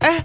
哎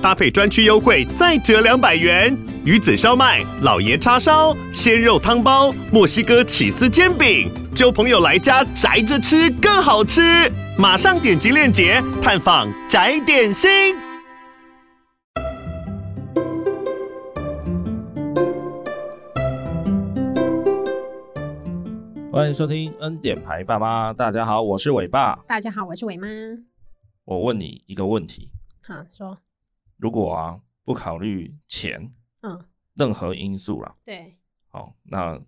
搭配专区优惠再折两百元。鱼子烧麦、老爷叉烧、鲜肉汤包、墨西哥起司煎饼，就朋友来家宅着吃更好吃。马上点击链接探访宅点心。欢迎收听《恩典牌爸妈》，大家好，我是伟爸。大家好，我是伟妈。我问你一个问题：好，说，如果啊不考虑钱嗯，任何因素啦，对好，那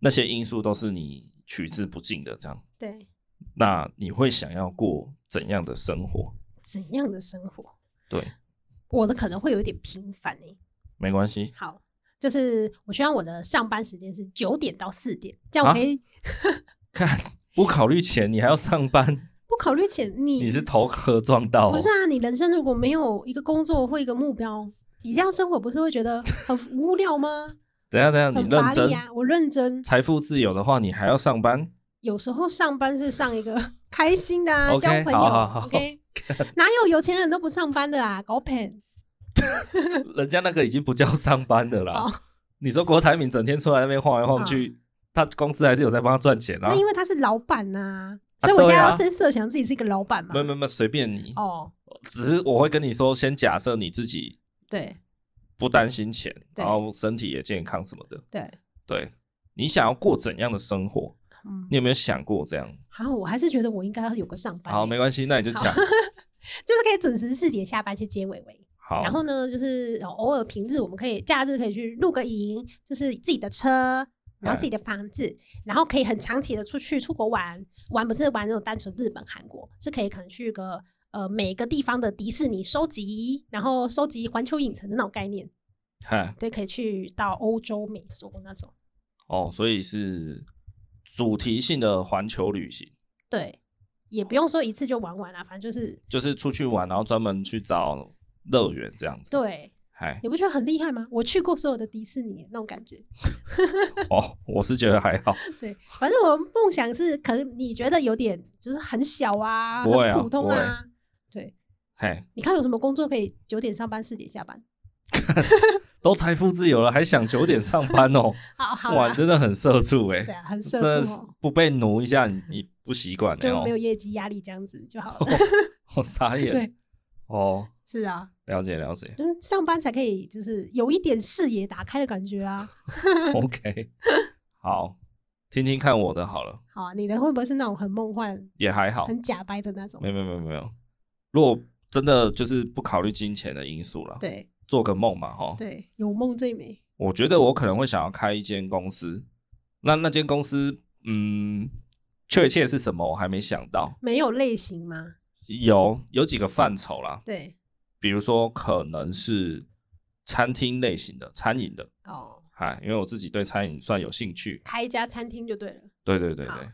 那些因素都是你取之不尽的，这样，对，那你会想要过怎样的生活？怎样的生活？对，我的可能会有点平凡诶、没关系，好，就是我希望我的上班时间是九点到四点，这样我可以、看不考虑钱，你还要上班，不考虑钱。你你是头壳撞到、哦不是啊？你人生如果没有一个工作或一个目标，你这样生活不是会觉得很无聊吗？等一下等一下，你很认乏真力。啊！我认真，财富自由的话，你还要上班？有时候上班是上一个开心的啊 OK，交朋友。好好好 OK，哪有有钱人都不上班的啊？搞骗。人家那个已经不叫上班的啦。哦嗯你说郭台铭整天出来那边晃来晃去，他公司还是有在帮他赚钱啊那？因为他是老板呐、啊所以我现在对啊要先设想自己是一个老板嘛。没有没有没有，随便你。哦，只是我会跟你说，先假设你自己对不担心钱，对然后身体也健康什么的，对，对你想要过怎样的生活？嗯你，有没有想过这样？好，我还是觉得我应该要有个上班欸，好，没关系，那你就讲。就是可以准时四点下班去接伟伟。 好，然后呢，就是呃偶尔平日我们可以假日可以去露个营，就是自己的车，然后自己的房子，然后可以很长期的出去出国玩，玩不是玩那种单纯日本、韩国，是可以可能去个呃每个地方的迪士尼收集，然后收集环球影城的那种概念，看对，可以去到欧洲、美洲那种，哦，所以是主题性的环球旅行，对，也不用说一次就玩完啦，反正就是就是出去玩，然后专门去找乐园这样子。，对，嗨，你不觉得很厉害吗？我去过所有的迪士尼那种感觉，哦，我是觉得还 好。对，反正我的梦想是，可能你觉得有点就是很小啊，不会啊很普通啊。对，嘿，你看有什么工作可以九点上班，四点下班？都财富自由了，还想九点上班哦？好 好哇，啦你，真的很社畜哎、对啊，很社真的畜是哦，不被奴一下，你你不习惯哎就没有哦。业绩压力这样子就好了。 我傻眼对，哦，是啊，了解了 解就是上班才可以，就是有一点视野打开的感觉啊。 ，OK，好，听听看我的好了，好啊，你的会不会是那种很梦幻、也还好，很假掰的那种没？有没有没有没有，如果真的就是不考虑金钱的因素了，对做个梦嘛哈。对，有梦最美。我觉得我可能会想要开一间公司，那那间公司，嗯，确切是什么我还没想到，没有类型吗？有有几个范畴啦，对，比如说可能是餐厅类型的、餐饮的，哦，嗨，因为我自己对餐饮算有兴趣。开一家餐厅就对了。对对对好对。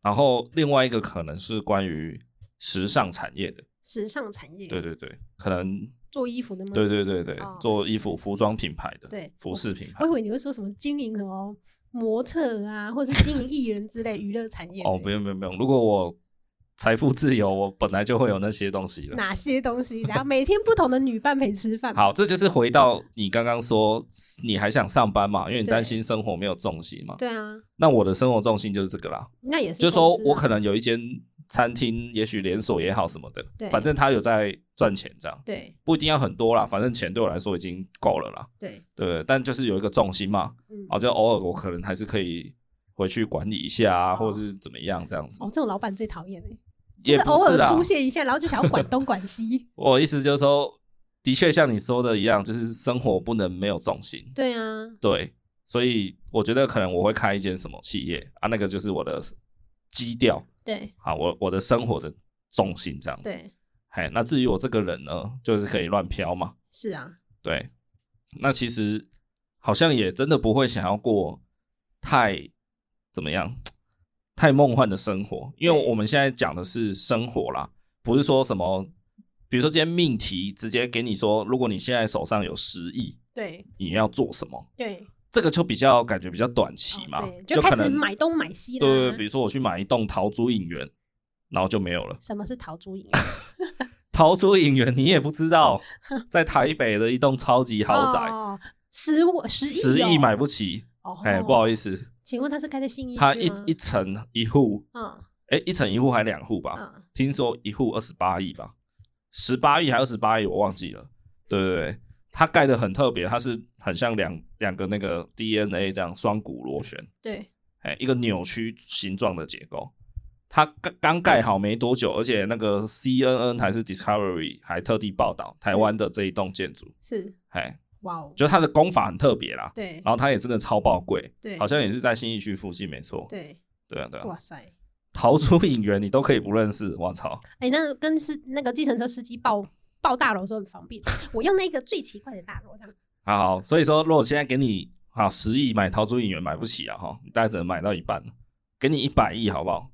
然后另外一个可能是关于时尚产业的，时尚产业，对对对，可能做衣服的吗？对对对对哦，做衣服、服装品牌的，对哦服饰品牌我以。为你会说什么经营什么模特啊，或者是经营艺人之类娱乐产业哦，之不类用不用不用，如果我财富自由，我本来就会有那些东西了。哪些东西， 然后每天不同的女伴陪吃饭。好，这就是回到你刚刚说，你还想上班嘛？因为你对担心生活没有重心嘛。对啊，那我的生活重心就是这个啦，那也是就是投说资啊我可能有一间餐厅，也许连锁也好什么的，对反正他有在赚钱，这样对不一定要很多啦，反正钱对我来说已经够了啦，对，对不对？但就是有一个重心嘛，嗯，啊，就偶尔我可能还是可以回去管理一下啊，哦或者是怎么样这样子，哦，这种老板最讨厌哎，就也是不偶是尔啦。出。现一下，然后就想要管东管西我意思就是说，的确像你说的一样，就是生活不能没有重心， 对啊，对，所以我觉得可能我会开一间什么企业啊，那个就是我的基调。对啊，我我的生活的重心这样子。对嘿，哎那至于我这个人呢，就是可以乱飘嘛。是啊，对，那其实好像也真的不会想要过太怎么样，太梦幻的生活，因为我们现在讲的是生活啦，不是说什么，比如说今天命题直接给你说，如果你现在手上有十亿，对你要做什么？对，这个就比较感觉比较短期嘛，哦对就可开始能买东买西啦。对，比如说我去买一栋桃珠影园，然后就没有了。什么是陶朱影？桃珠影园你也不知道， 在台北的一栋超级 豪宅，哦，十五十亿十哦亿买不起，哦，哎，不好意思，请问他是开在信义区它一吗一层一户，嗯哎，一层一户还两户吧？嗯，听说一户二十八亿吧，十八亿还二十八亿，我忘记了。对对对，它盖的很特别，它是很像两两个那个 DNA 这样双股螺旋，对，哎，一个扭曲形状的结构。它刚刚盖好没多久，而且那个 CNN 还是 Discovery 还特地报道台湾的这一栋建筑，是哎，哇哦，就它的工法很特别啦，对然后它也真的超爆贵，对，好像也是在新义区附近，没错，对，对啊对啊哇，塞。逃出影园你都可以不认识，我操！哎、那跟是那个计程车司机报报大楼的时候很方便，我用那个最奇怪的大楼这样。好好，所以说，如果现在给你好十亿买桃珠影园买不起啊哈，你大概只能买到一半了，给你一百亿好不好？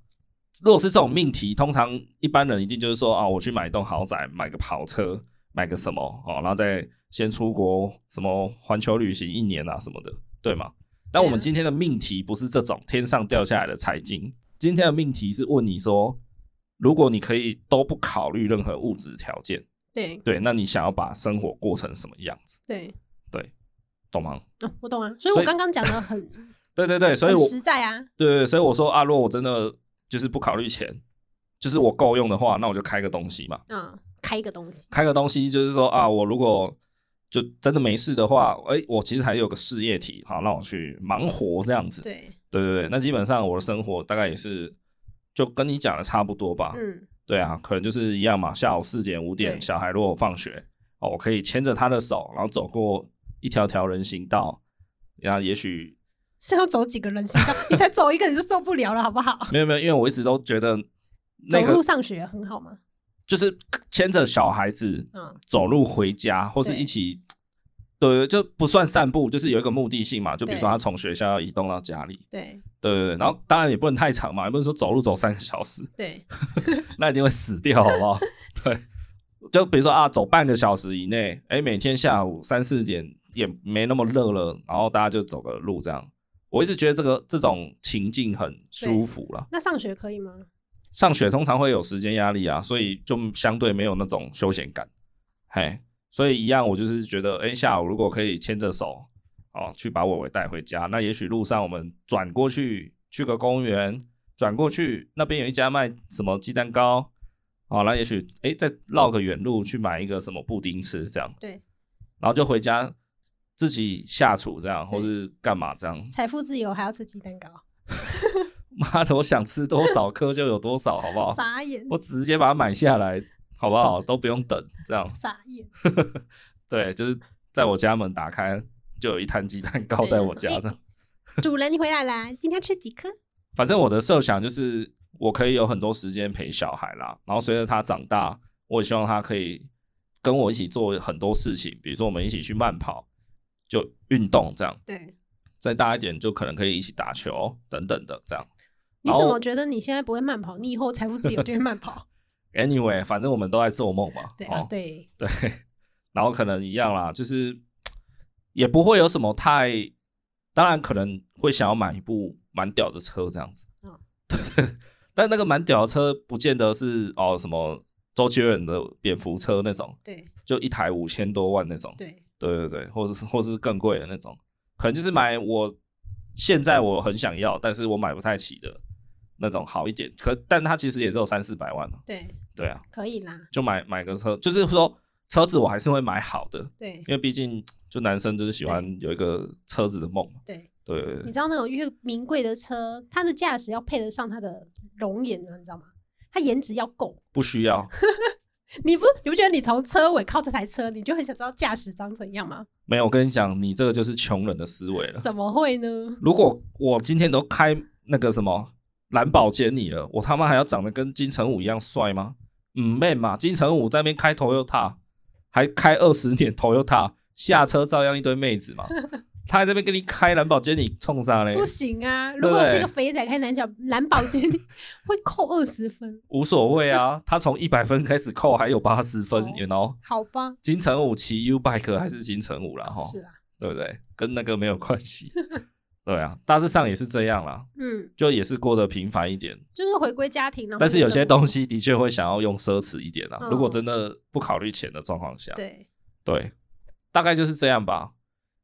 如果是这种命题，通常一般人一定就是说啊，我去买一栋豪宅，买个跑车，买个什么哦，然后再先出国什么环球旅行一年啊什么的，对吗？但我们今天的命题不是这种天上掉下来的财经，今天的命题是问你说，如果你可以都不考虑任何物质条件， 对对，那你想要把生活过成什么样子，对、懂吗？哦，我懂啊，所以所我以刚刚讲的很对对对，所以很我实在啊。对对，所以我说啊，如果我真的就是不考虑钱，就是我够用的话，那我就开个东西嘛，嗯，开一个东西，开个东西就是说啊，我如果就真的没事的话，哎，我其实还有个事业体，好，那我去忙活这样子。对，对对对，那基本上我的生活大概也是就跟你讲的差不多吧。嗯，对啊，可能就是一样嘛，下午四点五点，对小孩如果放学哦，我可以牵着他的手，然后走过一条条人行道，然后也许是要走几个人行道，你才走一个你就受不了了，好不好？没有没有，因为我一直都觉得 那走个路上学很好吗？就是牵着小孩子嗯，走路回家，或是一起，对，就不算散步，就是有一个目的性嘛。就比如说对他从学校要移动到家里，对对对对。然后当然也不能太长嘛，也不能说走路走三个小时，对那一定会死掉，好不好？ 对，就比如说啊，走半个小时以内，哎，每天下午三四点也没那么热了，然后大家就走个路这样。我一直觉得这个这种情境很舒服啦。那上学可以吗？上学通常会有时间压力啊，所以就相对没有那种休闲感，嘿，所以一样，我就是觉得，哎、下午如果可以牵着手，哦，去把伟伟带回家，那也许路上我们转过去，去个公园，转过去那边有一家卖什么鸡蛋糕，哦，那也许，哎、再绕个远路去买一个什么布丁吃，这样，对，然后就回家自己下厨这样，或是干嘛这样， 财富自由还要吃鸡蛋糕，妈的，我想吃多少颗就有多少，好不好？傻眼，我直接把它买下来，好不 好？都不用等，这样傻眼。对，就是在我家门打开就有一摊鸡蛋糕在我家对啊这样。主人，你回来啦，今天吃几颗？反正我的设想就是，我可以有很多时间陪小孩啦，然后随着他长大，我也希望他可以跟我一起做很多事情，比如说我们一起去慢跑，就运动这样。 对，再大一点，就可能可以一起打球等等的这样。你然怎后么觉得你现在不会慢跑？你以后财富自由就会 慢跑？ Anyway，反正我们都在做梦嘛。对哦啊，对，对，然后可能一样啦，就是也不会有什么太，当然可能会想要买一部蛮屌的车这样子，嗯 但那个蛮屌的车不见得是哦什么周杰伦的蝙蝠车那种，对就一台五千多万那种，对对对对，或者是或是更贵的那种，可能就是买我现在我很想要，但是我买不太起的那种好一点，可但它其实也只有三四百万了，对，对啊，可以啦，就买买个车，就是说车子我还是会买好的，对因为毕竟就男生就是喜欢有一个车子的梦嘛。对。对对你对，知道那种越名贵的车，它的驾驶要配得上它的容颜啊，你知道吗？它颜值要够。不需要， 你不你不觉得你从车尾靠这台车，你就很想知道驾驶长怎样 吗？没有。我跟你讲，你这个就是穷人的思维了。怎么会呢？如果我今天都开那个什么蓝宝坚尼了，我他妈还要长得跟金城武一样帅吗？嗯妹嘛，金城武在那边 开 Toyota，还开二十年 Toyota，下车照样一堆妹子嘛。他还在那边跟你开兰宝坚尼冲啥嘞不？行啊！对如不果是哎对一个肥仔开蓝角蓝宝坚尼， 会扣二十分，无所谓啊，他从一百分开始扣，还有八十分哦，you know。好吧？金城武骑 U bike 还是金城武啦，哈，是啦，对不对？跟那个没有关系。 对啊，大致上也是这样啦，嗯，就也是过得平凡一点。就是回归家庭了。但是有些东西的确会想要用奢侈一点啦。嗯如果真的不考虑钱的状况下，对，对，大概就是这样吧。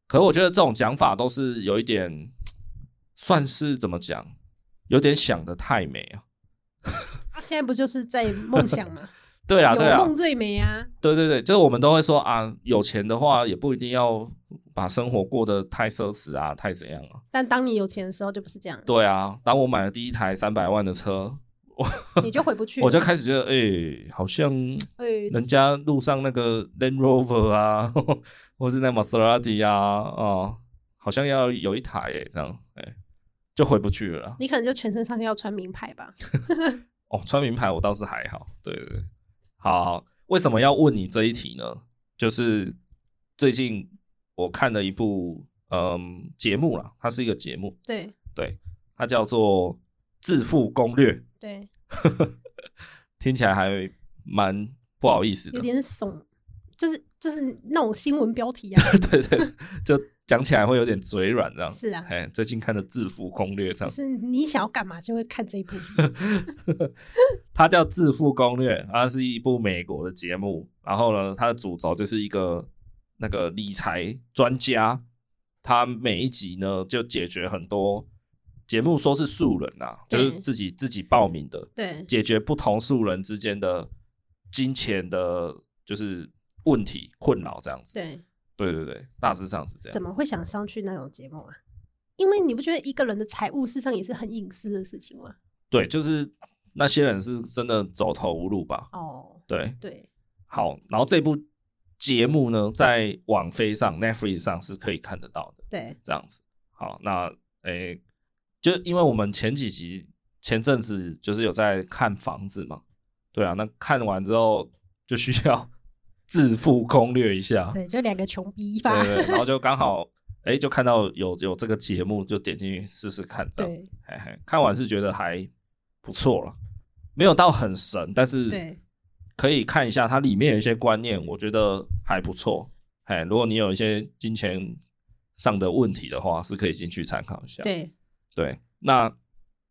可我觉得这种讲法都是有一点，算是怎么讲，有点想的太美啊。啊现在不就是在梦想吗？对 啊，有对啊，梦最美啊！对对对，就是我们都会说啊，有钱的话也不一定要把生活过得太奢侈啊，太怎样啊。但当你有钱的时候，就不是这样，对啊，当我买了第一台三百万的车，你就回不去了。 我就开始觉得，哎、好像哎，人家路上那个 Land Rover 啊， 或是那 Maserati 啊，哦，好像要有一台哎、这样哎、就回不去了啦。你可能就全身上下要穿名牌吧？哦，穿名牌我倒是还好，对对对，好好为什么要问你这一题呢？就是最近我看了一部嗯节目啦，它是一个节目，对它叫做《致富攻略》，对，听起来还蛮不好意思有的，点怂，就是就是那种新闻标 题啊。对对，对就讲起来会有点嘴软这样。是啊，哎，最近看的《致富攻略》这就样，是你想要干嘛就会看这 一部。它叫《致富攻略》，它是一部美国的节目。然后呢，它的主轴就是一个那个理财专家，他每一集呢就解决很多节目说是素人啊，就对是自己自己报名的，对解决不同素人之间的金钱的，就是问题困扰这样子。对，对对对，大致上是这样怎。么会想上去那种节目啊？因为你不觉得一个人的财务事实上也是很隐私的事情吗？对，就是那些人是真的走投无路吧？哦，对，对，好，然后这部节目呢，在网飞上、Netflix 上是可以看得到的，对，这样子。好，那诶、就因为我们前几集前阵子就是有在看房子嘛，对啊，那看完之后就需要致富攻略一下，对，就两个穷逼对吧。对，然后就刚好诶、就看到有有这个节目，就点进去试试看的，对嘿嘿，看完是觉得还不错了，没有到很神，但是 对，可以看一下它里面有一些观念，我觉得还不错。哎，如果你有一些金钱上的问题的话，是可以进去参考一下。对，对那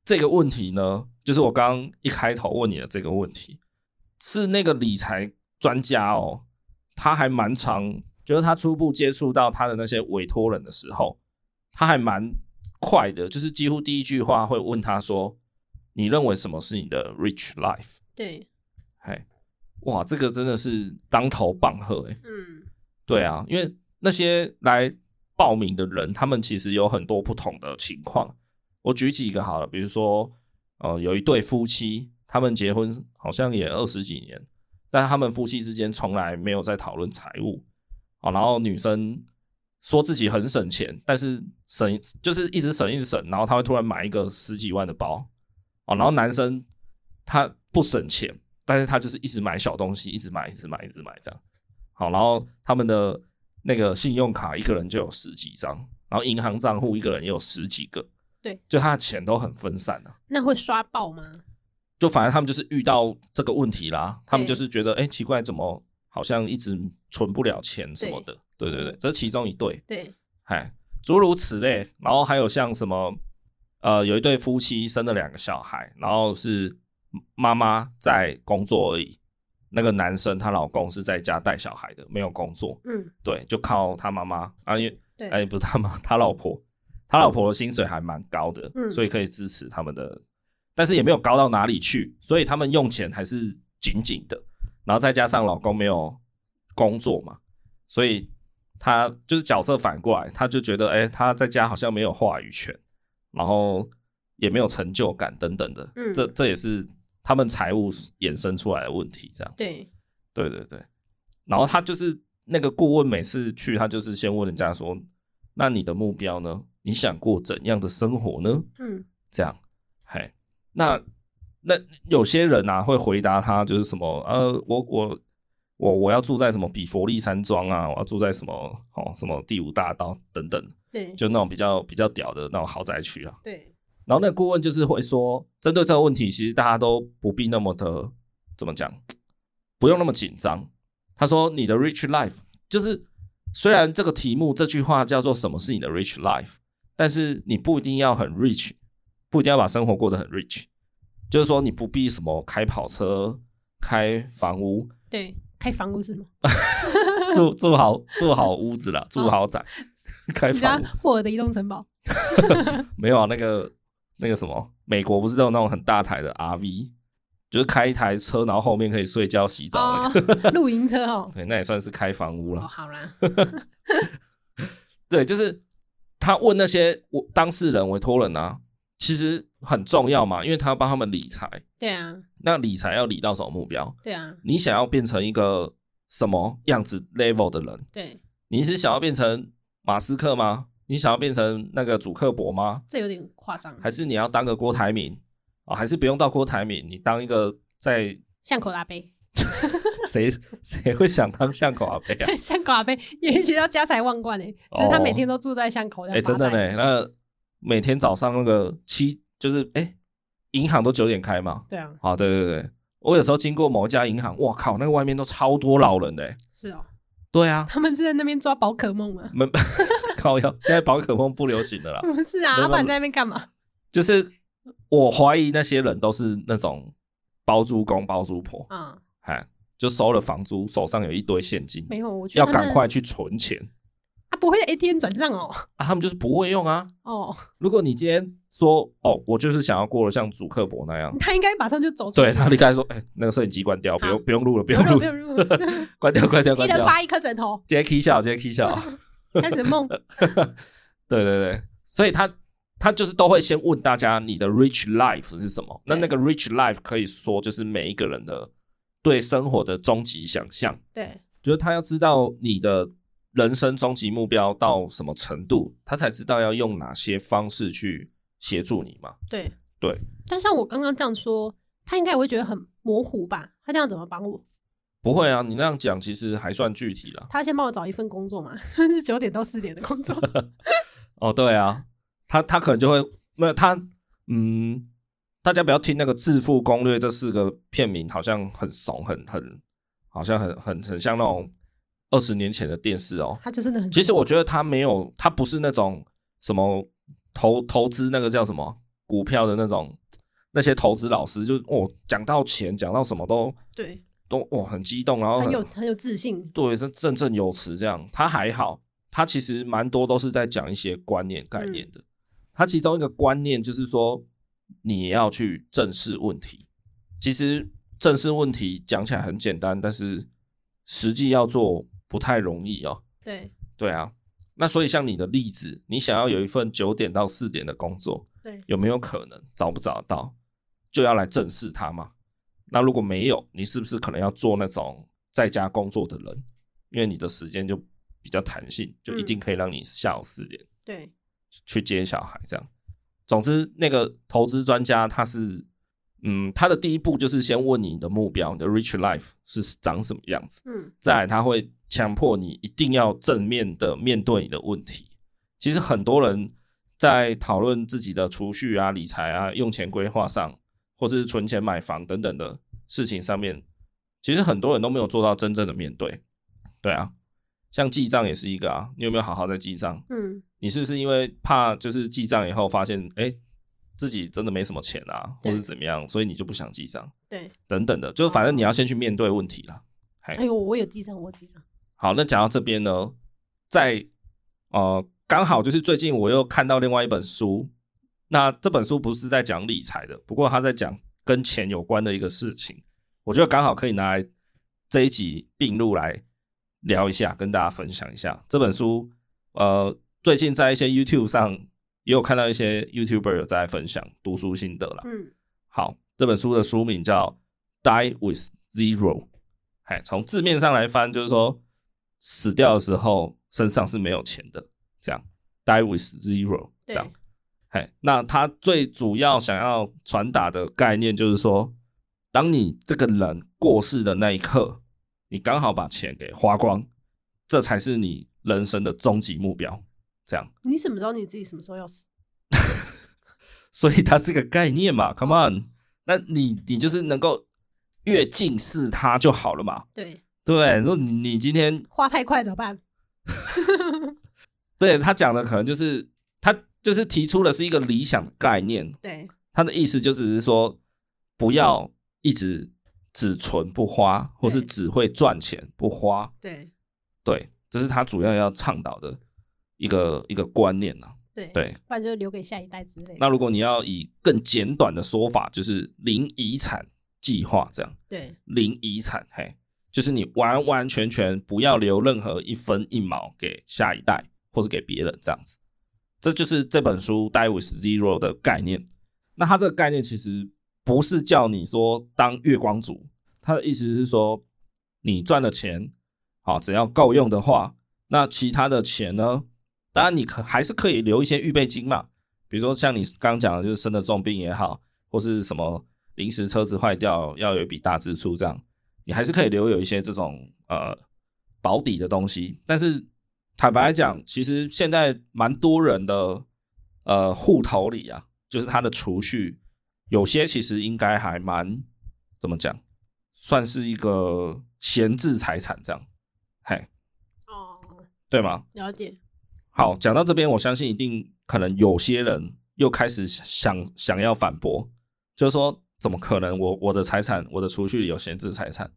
这个问题呢，就是我刚刚一开头问你的这个问题，是那个理财专家哦，他还蛮常，就是他初步接触到他的那些委托人的时候，他还蛮快的，就是几乎第一句话会问他说：“你认为什么是你的 rich life？” 对，哎，哇，这个真的是当头棒喝哎、嗯，对啊，因为那些来报名的人，他们其实有很多不同的情况。我举几个好了，比如说，呃，有一对夫妻，他们结婚好像也二十几年，但他们夫妻之间从来没有在讨论财务。啊，然后女生说自己很省钱，但是省就是一直省一直省，然后她会突然买一个十几万的包。哦，然后男生他不省钱，但是他就是一直买小东西，一直买，一直买，一直买这样。好，然后他们的那个信用卡一个人就有十几张，然后银行账户一个人也有十几个，对，就他的钱都很分散啊。那会刷爆吗？就反正他们就是遇到这个问题啦，他们对就是觉得哎、诶奇怪，怎么好像一直存不了钱什么的。对对对，这是其中一对，对，哎，诸如此类。然后还有像什么，呃，有一对夫妻生了两个小孩，然后是妈妈在工作而已，那个男生她老公是在家带小孩的，没有工作。嗯，对，就靠他妈妈啊，因为对，哎、不是他妈，他老婆，他老婆的薪水还蛮高的，嗯所以可以支持他们的，但是也没有高到哪里去，所以他们用钱还是紧紧的，然后再加上老公没有工作嘛，所以他就是角色反过来，他就觉得哎、他在家好像没有话语权，然后也没有成就感等等的，嗯这这也是他们财务衍生出来的问题，这样子。对，对对对，然后他就是那个顾问，每次去他就是先问人家说：“那你的目标呢？你想过怎样的生活呢嗯，？”这样，嘿，那那有些人啊会回答他就是什么呃，我我我我要住在什么比佛利山庄啊，我要住在什么哦什么第五大道等等，对就那种比较比较屌的那种豪宅区啊。对然后那个顾问就是会说，针对这个问题，其实大家都不必那么的怎么讲，不用那么紧张。他说，你的 rich life 就是虽然这个题目这句话叫做什么是你的 rich life，但是你不一定要很 rich，不一定要把生活过得很 rich，就是说你不必什么开跑车、开房屋、对，开房屋是吗？ 住住好住好屋子了，住豪宅、开哦你知道房屋霍尔的移动城堡？没有啊，那个那个什么，美国不是都有那种很大台的 RV，就是开一台车，然后后面可以睡觉、洗澡那个。哦，露营车哦。对，那也算是开房屋哦，了。好啦，对，就是他问那些我当事人、委托人啊，其实很重要嘛，因为他要帮他们理财。对啊，那理财要理到什么目标？对啊，你想要变成一个什么样子 level 的人？对，你是想要变成马斯克吗？你想要变成那个主克伯吗？这有点夸张。还是你要当个郭台铭啊？还是不用到郭台铭，你当一个在巷口阿贝，谁谁会想当巷口阿伯 啊？巷口阿贝也许要家财万贯诶，只是他每天都住在巷口。哎、真的呢，嘞，那每天早上那个七就是哎、银行都九点开嘛？对啊，啊，对对对，我有时候经过某一家银行，哇靠，那个外面都超多老人嘞。是哦，对啊，他们是在那边抓宝可梦啊吗？门 靠腰，现在宝可梦不流行了啦。不是没啊，有不然在那边干嘛？就是我怀疑那些人都是那种包租公包租婆，啊，哎，就收了房租，手上有一堆现金，没有，我觉要得他们赶快去存钱啊，不会在 ATM 转账哦。啊，他们就是不会用啊。哦，如果你今天说哦，我就是想要过得像主克伯那样，他应该马上就走出对去。他立刻说，哎、那个摄影机关掉，不用不用录了，不用录不了，用不用不 关掉关掉用，一关人掉，发一颗枕头，直接 K 笑，直接 K 笑，开 始梦。对对对，所以他他就是都会先问大家你的 rich life 是什么？那对那个 rich life 可以说就是每一个人的对生活的终极想象，对就是他要知道你的人生终极目标到什么程度，他才知道要用哪些方式去协助你嘛。对对。但像我刚刚这样说，他应该也会觉得很模糊吧？他这样怎么帮我？不会啊，你那样讲其实还算具体啦。他先帮我找一份工作嘛， 就是九点到四点的 工作。哦，对啊，他他可能就会没有他，嗯，大家不要听那个《致富攻略》这四个片名，好像很怂，很很，好像很很很像那种二十年前的电视哦。他就真的很其实我觉得他没有，他不是那种什么投投资那个叫什么股票的那种那些投资老师，就哦讲到钱，讲到什么都对都哦很激动，然后很有很有自信，对，是振振有词这样。他还好，他其实蛮多都是在讲一些观念概念的。他其中一个观念就是说，你要去正视问题。其实正视问题讲起来很简单，但是实际要做不太容易哦。对对啊，那所以像你的例子，你想要有一份九点到四点的工作，对有没有可能找不找得到，就要来正视它嘛？那如果没有，你是不是可能要做那种在家工作的人？因为你的时间就比较弹性，就一定可以让你下午四点对去接小孩这样。总之，那个投资专家他是，嗯，他的第一步就是先问你的目标，你的 rich life 是长什么样子。嗯再来他会强迫你一定要正面的面对你的问题。其实很多人在讨论自己的储蓄啊、理财啊、用钱规划上，或是存钱买房等等的事情上面，其实很多人都没有做到真正的面对。对啊，像记账也是一个啊，你有没有好好在记账？嗯你是不是因为怕就是记账以后发现，哎、自己真的没什么钱啊，或对是怎么样，所以你就不想记账对。等等的，就反正你要先去面对问题啦。嘿哎呦，我有记账，我有记账。好，那讲到这边呢，在呃，刚好就是最近我又看到另外一本书，那这本书不是在讲理财的，不过他在讲跟钱有关的一个事情，我觉得刚好可以拿来这一集并入来聊一下，跟大家分享一下这本书。呃，最近在一些 YouTube 上也有看到一些 YouTuber 有在分享读书心得啦。嗯，好，这本书的书名叫《Die with Zero》，哎，从字面上来翻，就是说死掉的时候身上是没有钱的，这样，Die with Zero，这对样。哎，那他最主要想要传达的概念就是说，当你这个人过世的那一刻，你刚好把钱给花光，这才是你人生的终极目标。这样，你什么时候你自己什么时候要死？所以它是个概念嘛，Come on，那你你就是能够越近似它就好了嘛，对，对不对？如果你你今天花太快怎么办？对他讲的可能就是他就是提出的是一个理想的概念，对，他的意思就只是说不要一直只存不花，或是对只会赚钱不花，对，对，这是他主要要倡导的一个一个观念呐、对，，对，不然就留给下一代之类那的。如果你要以更简短的说法，就是零遗产计划这样，对，零遗产，嘿，就是你完完全全不要留任何一分一毛给下一代或是给别人这样子。这就是这本书《Die with Zero》的概念。那它这个概念其实不是叫你说当月光族，它的意思是说你赚了钱，好，只要够用的话，那其他的钱呢，当然你可还是可以留一些预备金嘛，比如说像你刚刚讲的，就是生了重病也好，或是什么临时车子坏掉要有一笔大支出这样，你还是可以留有一些这种呃保底的东西。但是坦白来讲，其实现在蛮多人的呃户头里啊，就是他的储蓄，有些其实应该还蛮怎么讲，算是一个闲置财产这样，嘿，哦，对吗？了解。好，讲到这边，我相信一定可能有些人又开始想想要反驳，就是说，怎么可能我？我的财产，我的储蓄里有闲置财产，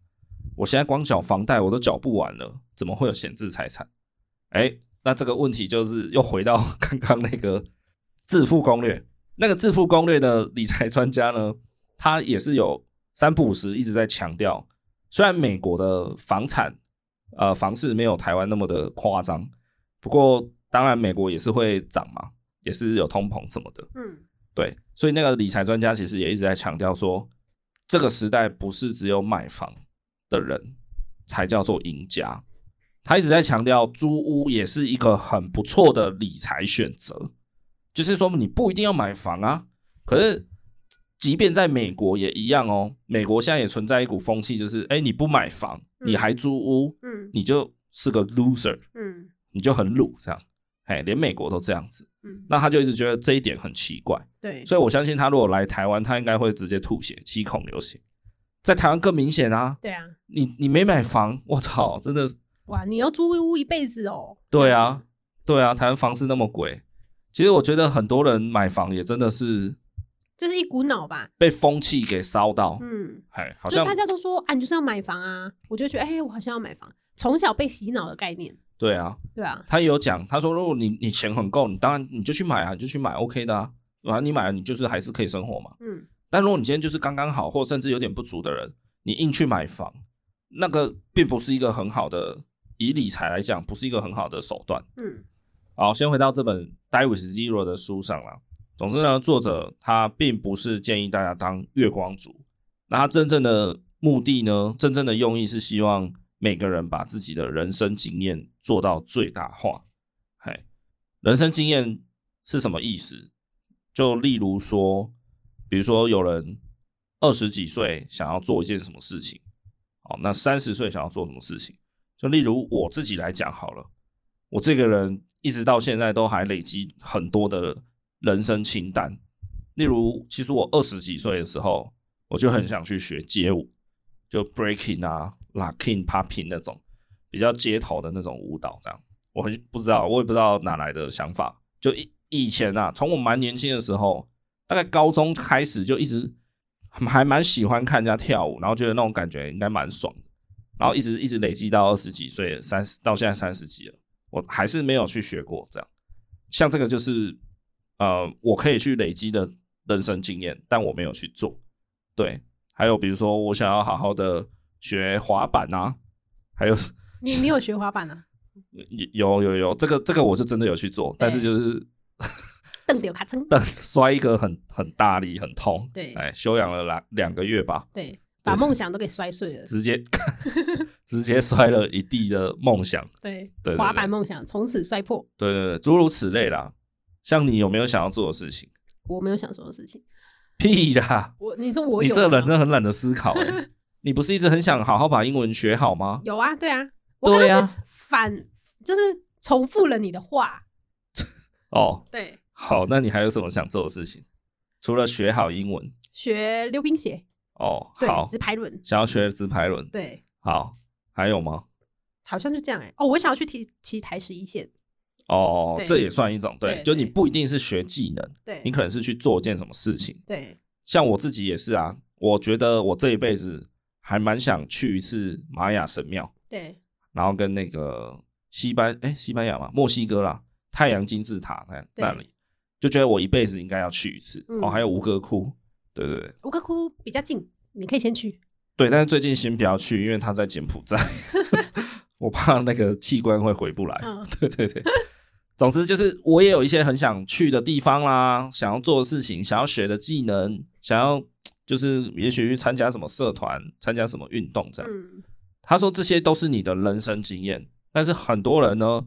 我现在光缴房贷我都缴不完了，怎么会有闲置财产？哎，那这个问题就是又回到 刚刚那个致富攻略，那个致富攻略的理财专家呢，他也是有三不五时一直在强调，虽然美国的房产呃房市没有台湾那么的夸张。不过当然美国也是会涨嘛，也是有通膨什么的，嗯，对，所以那个理财专家其实也一直在强调说，这个时代不是只有买房的人才叫做赢家，他一直在强调租屋也是一个很不错的理财选择，就是说你不一定要买房啊，可是。即便在美国也一样哦，美国现在也存在一股风气，就是哎，你不买房，你还租屋，嗯你就是个 loser，嗯你就很鲁这样，哎，连美国都这样子，嗯，那他就一直觉得这一点很奇怪，对，所以我相信他如果来台湾，他应该会直接吐血、七孔流血，在台湾更明显啊，对啊，你你没买房，我操，真的，哇，你要租屋一辈子哦。对啊，对啊，台湾房市那么贵，其实我觉得很多人买房也真的是就是一股脑吧。被风气给烧到，嗯，哎，好就像大家都说啊，你就是要买房啊，我就觉得哎、我好像要买房，从小被洗脑的概念，对啊，对啊，他也有讲，他说如果你你钱很够，你当然你就去买啊，你就去买 OK 的啊，反正你买了你就是还是可以生活嘛。嗯，但如果你今天就是刚刚好，或甚至有点不足的人，你硬去买房，那个并不是一个很好的，以理财来讲，不是一个很好的手段。嗯好，先回到这本《Die with Zero》的书上啦。总之呢，作者他并不是建议大家当月光族，那他真正的目的呢，真正的用意是希望每个人把自己的人生经验做到最大化。嘿，人生经验是什么意思？就例如说，比如说有人二十几岁想要做一件什么事情，哦，那三十岁想要做什么事情？就例如我自己来讲好了，我这个人一直到现在都还累积很多的人生清单。例如，其实我二十几岁的时候，我就很想去学街舞，就 breaking 啊、locking、popping 那种比较街头的那种舞蹈，这样。我很不知道，我也不知道哪来的想法。就以以前啊，从我蛮年轻的时候，大概高中开始就一直还蛮喜欢看人家跳舞，然后觉得那种感觉应该蛮爽的，然后一直一直累积到二十几岁，三十到现在三十几了。我还是没有去学过。这样，像这个就是呃，我可以去累积的人生经验，但我没有去做。对，还有比如说，我想要好好的学滑板啊，还有你你有学滑板啊？有有有，这个这个我就真的有去做，但是就是蹬丢卡称，但摔一个很很大力，很痛。对哎，休养了两两个月吧， 对，把梦想都给摔碎了，直接直接摔了一地的梦想。对，对对滑板梦想从此摔破。对对对，诸如此类啦。像你有没有想要做的事情？ 我没有想说的事情，屁啦！我你说我你有这个人吗真的很懒得思考哎、 你不是一直很想好好把英文学好吗？有啊，对啊，我刚对刚是啊，反就是重复了你的话，哦，对，好，那你还有什么想做的事情？除了学好英文学溜冰鞋，哦，对好，，直排轮，想要学直排轮，对，好，还有吗？好像就这样哎、哦，我想要去骑骑台十一线，哦对，这也算一种对，对就你对不一定是学技能，对你，可能是去做件什么事情。对，像我自己也是啊，我觉得我这一辈子还蛮想去一次玛雅神庙，对，然后跟那个西班哎西班牙嘛墨西哥啦太阳金字塔那对那里，就觉得我一辈子应该要去一次。嗯哦，还有吴哥窟，对对对吴哥窟比较近，你可以先去。对，但是最近先不要去，因为他在柬埔 寨，我怕那个器官会回不来。嗯，对对对。总之就是，我也有一些很想去的地方啦，想要做的事情，想要学的技能，想要就是也许去参加什么社团，参加什么运动这样。嗯，他说这些都是你的人生经验，但是很多人呢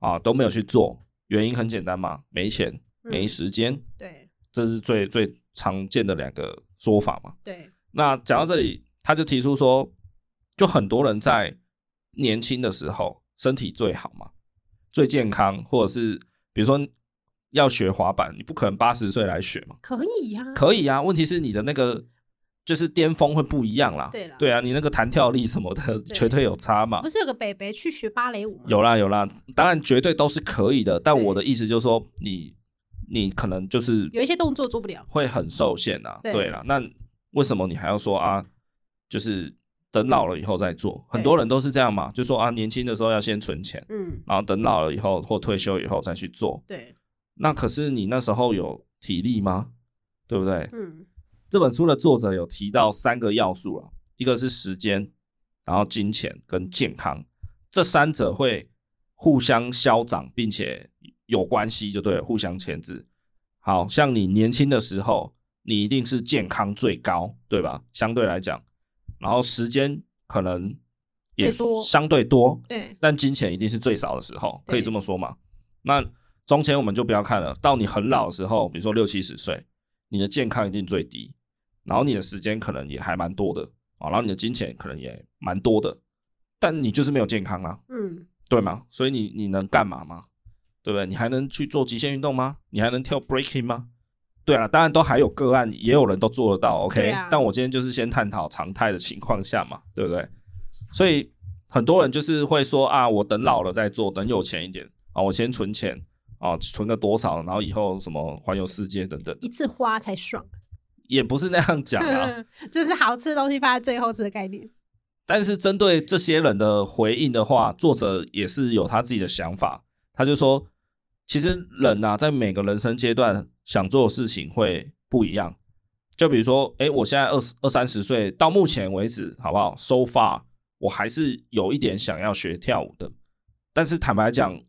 啊都没有去做，原因很简单嘛，没钱、没嗯时间，对这是最最常见的两个说法嘛。对，那讲到这里，他就提出说，就很多人在年轻的时候身体最好嘛，最健康，或者是比如说要学滑板，你不可能八十岁来学嘛，可以呀、可以啊，问题是你的那个就是巅峰会不一样啦，对啦啊，你那个弹跳力什么的对绝对有差嘛不，是有个北北去学芭蕾舞吗？有啦有啦，当然绝对都是可以的，但对我的意思就是说，你你可能就是有一些动作做不了。会很受限啊。对对啦，那为什么你还要说啊？就是等老了以后再做，对很多人都是这样嘛，就说啊，年轻的时候要先存钱，嗯，然后等老了以后或退休以后再去做。对，那可是你那时候有体力吗？对不对？嗯这本书的作者有提到三个要素啊，一个是时间，然后金钱跟健康，这三者会互相消长，并且有关系就对了，互相牵制。好像你年轻的时候，你一定是健康最高，对吧？相对来讲，然后时间可能也最多相对多，对但金钱一定是最少的时候，对可以这么说嘛？那中间我们就不要看了，到你很老的时候，嗯比如说六七十岁，你的健康一定最低，然后你的时间可能也还蛮多的啊，然后你的金钱可能也蛮多的，但你就是没有健康啊，嗯对吗？所以你你能干嘛吗？对不对？你还能去做极限运动吗？你还能跳 breaking 吗？对啊，当然都还有个案，也有人都做得到，OK、对啊但我今天就是先探讨常态的情况下嘛，对不对？所以很多人就是会说啊，我等老了再做，等有钱一点啊，我先存钱啊，存个多少，然后以后什么环游世界等等，一次花才爽，也不是那样讲 啊。就是好吃的东西放在最后吃的概念。但是针对这些人的回应的话，作者也是有他自己的想法。他就说，其实人呐、在每个人生阶段想做的事情会不一样。就比如说，诶，我现在二十二三十岁，到目前为止，好不好？So far，我还是有一点想要学跳舞的。但是坦白讲，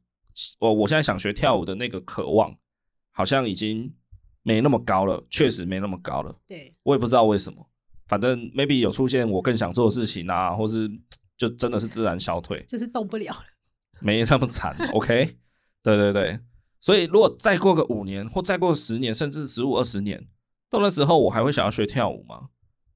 我我现在想学跳舞的那个渴望，好像已经没那么高了，确实没那么高了。对，我也不知道为什么，反正 maybe 有出现我更想做的事情啊，或是就真的是自然消退，就是动不了了。没那么惨。OK，对对对，所以如果再过个五年，或再过十年，甚至十五二十年，到那时候我还会想要学跳舞吗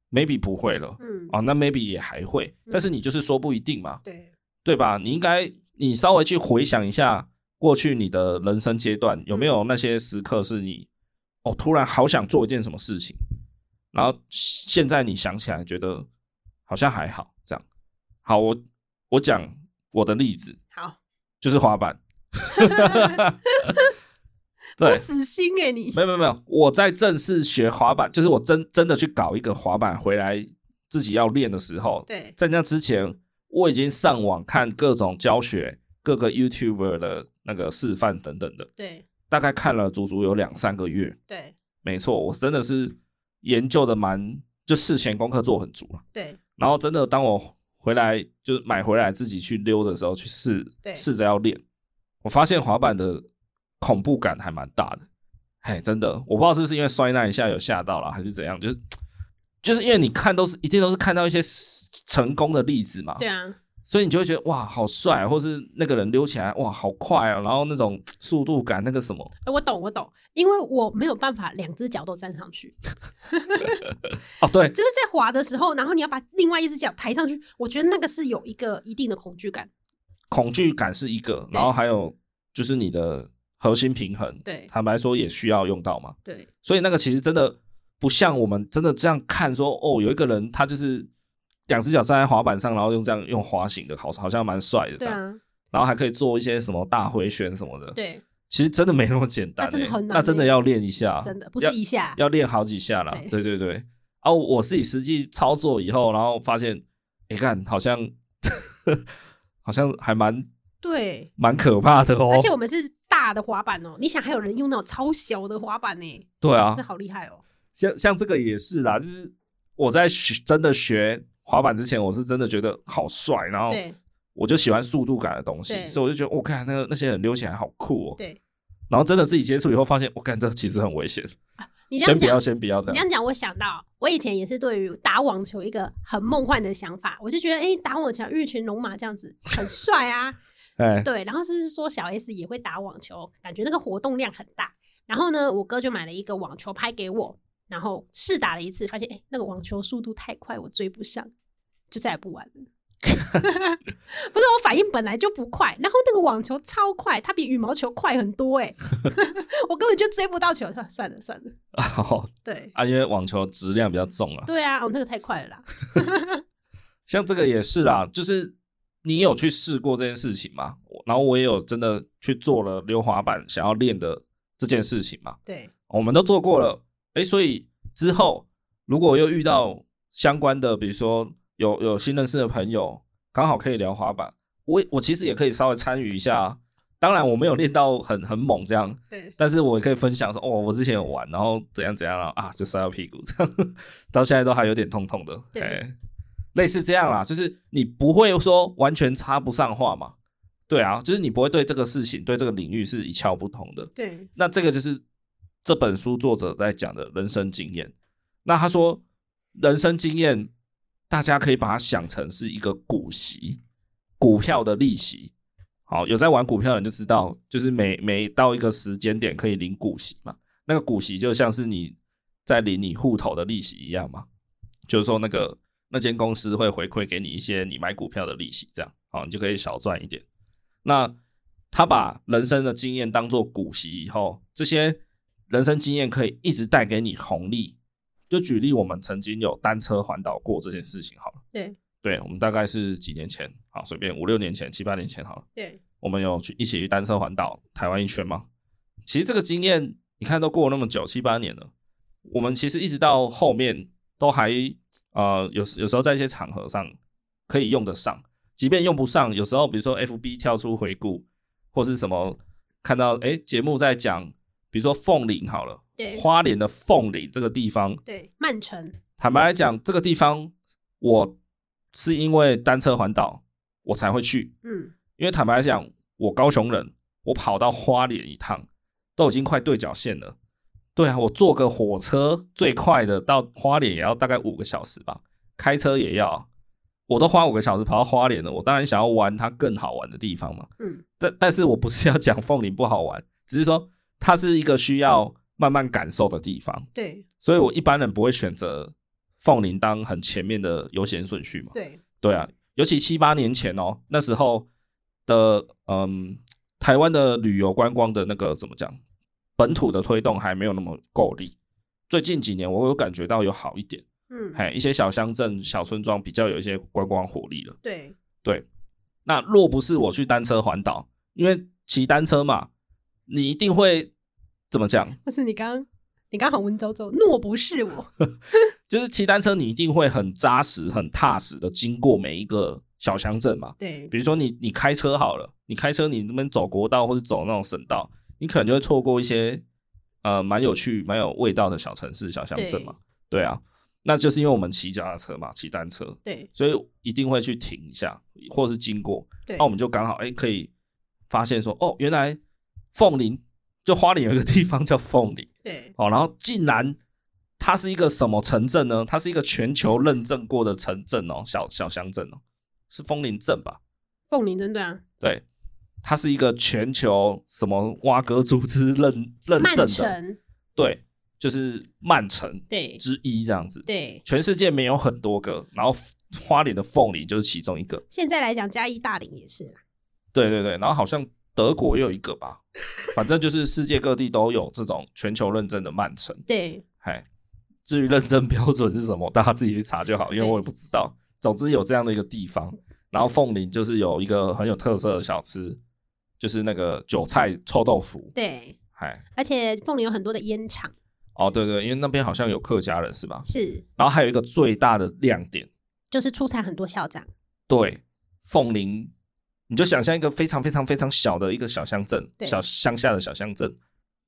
？maybe 不会了嗯，啊，那 maybe 也还会，但是你就是说不一定嘛，对，对吧？你应该你稍微去回想一下过去你的人生阶段，有没有那些时刻是你哦突然好想做一件什么事情，然后现在你想起来觉得好像还好这样。好，我我讲我的例子好，就是滑板，不对。死心哎、你。没有没有没有，我在正式学滑板，就是我真真的去搞一个滑板回来自己要练的时候，对，在那之前，我已经上网看各种教学、各个 YouTuber 的那个示范等等的，对，大概看了足足有两三个月。对，没错，我真的是研究的蛮，就事前功课做很足了。对，然后真的，当我回来就是买回来自己去溜的时候，去试对试着要练，我发现滑板的恐怖感还蛮大的。哎，真的，我不知道是不是因为摔那一下有吓到了，还是怎样，就是就是因为你看都是一定都是看到一些成功的例子嘛，对啊，所以你就会觉得哇好帅啊，或是那个人溜起来哇好快哦，然后那种速度感那个什么哎我懂，我懂，因为我没有办法两只脚都站上去，哦，对就是在滑的时候，然后你要把另外一只脚抬上去，我觉得那个是有一个一定的恐惧感。恐惧感是一个，对然后还有就是你的核心平衡，对坦白说也需要用到嘛。对所以那个其实真的不像我们真的这样看说，哦，有一个人他就是两只脚站在滑板上，然后用这样用滑行的，好好像蛮帅的这对样，啊，然后还可以做一些什么大回旋什么的。，对其实真的没那么简单、欸，那真的很难那真的欸要练一啊下，真的不是一下， 要练好几下啦。对对对，啊，我自己实际操作以后，然后发现，你、看好像 好像还蛮对，蛮可怕的哦而。且我们是大的滑板哦，你想还有人用那种超小的滑板呢，对啊这，好厉害哦。像像这个也是啦，就是我在学真的学滑板之前，我是真的觉得好帅，然后对我就喜欢速度感的东西，对所以我就觉得我哦看、那个那些人溜起来好酷哦。对，然后真的自己接触以后，发现我看这其实很危险，你这先样不讲要，先不要这你这样。样讲，我想到我以前也是对于打网球一个很梦幻的想法，我就觉得哎、诶打网球日群龙马这样子很帅啊，哎，对，然后是说小 S 也会打网球，感觉那个活动量很大。然后呢，我哥就买了一个网球拍给我，然后试打了一次，发现哎、诶那个网球速度太快，我追不上，就再也不玩了。 不是我反应本来就不快，然后那个网球超快，它比羽毛球快很多哎、诶 我根本就追不到球，算了算了，哎 好对啊，因为网球质量比较重啊，对啊，哦那个太快了啦，像这个也是啦，就是你有去试过这件事情吗？我然后我也有真的去做了溜滑板想要练的这件事情嘛。对我们都做过了，诶，所以之后如果又遇到相关的，比如说有有新认识的朋友，刚好可以聊滑板，我我其实也可以稍微参与一下啊。当然我没有练到很很猛这样，对但是我也可以分享说，哦，我之前有玩，然后怎样怎样啊，啊就摔到屁股这样，到现在都还有点痛痛的，对诶类似这样啦，就是你不会说完全插不上话嘛，对啊，就是你不会对这个事情、对这个领域是一窍不通的，对那这个就是这本书作者在讲的人生经验。那他说，人生经验大家可以把它想成是一个股息，股票的利息。好，有在玩股票的人就知道，就是每每到一个时间点可以领股息嘛。那个股息就像是你在领你户头的利息一样嘛，就是说那个那间公司会回馈给你一些你买股票的利息，这样好，你就可以少赚一点。那他把人生的经验当做股息以后，这些人生经验可以一直带给你红利。就举例，我们曾经有单车环岛过这件事情好了。对，对我们大概是几年前，好，随便五六年前、七八年前好了。对我们有去一起去单车环岛台湾一圈嘛。其实这个经验，你看都过了那么久，七八年了，我们其实一直到后面都还呃有有时候在一些场合上可以用得上，即便用不上，有时候比如说 FB 跳出回顾或是什么，看到诶节目在讲，比如说凤岭好了，对花莲的凤岭这个地方，对曼城坦白来讲，这个地方我是因为单车环岛我才会去，嗯因为坦白讲，我高雄人，我跑到花莲一趟，都已经快对角线了。对啊，我坐个火车最快的到花莲也要大概五个小时吧，开车也要，我都花五个小时跑到花莲了，我当然想要玩它更好玩的地方嘛。嗯，但但是我不是要讲凤林不好玩，只是说它是一个需要慢慢感受的地方，对所以我一般人不会选择凤林当很前面的优先顺序嘛。对对啊，尤其七八年前哦，那时候的嗯，台湾的旅游观光的那个怎么讲，本土的推动还没有那么够力。最近几年，我有感觉到有好一点，嗯嘿，一些小乡镇、小村庄比较有一些观光活力了。对那若不是我去单车环岛，因为骑单车嘛，你一定会怎么讲？或是你刚你刚好文绉绉，诺不是我，就是骑单车，你一定会很扎实、很踏实的经过每一个小乡镇嘛。对比如说你你开车好了，你开车你那边走国道或者走那种省道，你可能就会错过一些呃蛮有趣、蛮有味道的小城市、小乡镇嘛。对啊，那就是因为我们骑脚踏车嘛，骑单车，对所以一定会去停一下，或是经过，对那我们就刚好哎、可以发现说，哦，原来凤林就花莲有一个地方叫凤林 对哦，然后竟然。它是一个什么城镇呢？它是一个全球认证过的城镇哦，小小乡镇哦，是枫林镇吧？凤梨真的啊，对，它是一个全球什么挖格组织认认曼证的，城对，就是曼城对之一这样子。对全世界没有很多个，然后花莲的凤梨就是其中一个。现在来讲，嘉义大林也是啦，对对对，然后好像德国也有一个吧，反正就是世界各地都有这种全球认证的慢城。对，嗨，至于认证标准是什么，大家自己去查就好，因为我也不知道。总之有这样的一个地方，然后凤林就是有一个很有特色的小吃，就是那个韭菜臭豆腐。对，嗨，而且凤林有很多的烟厂，哦对对，因为那边好像有客家人是吧？是然后还有一个最大的亮点，就是出产很多校长，对，凤林，你就想象一个非常非常非常小的一个小乡镇，对小乡下的小乡镇，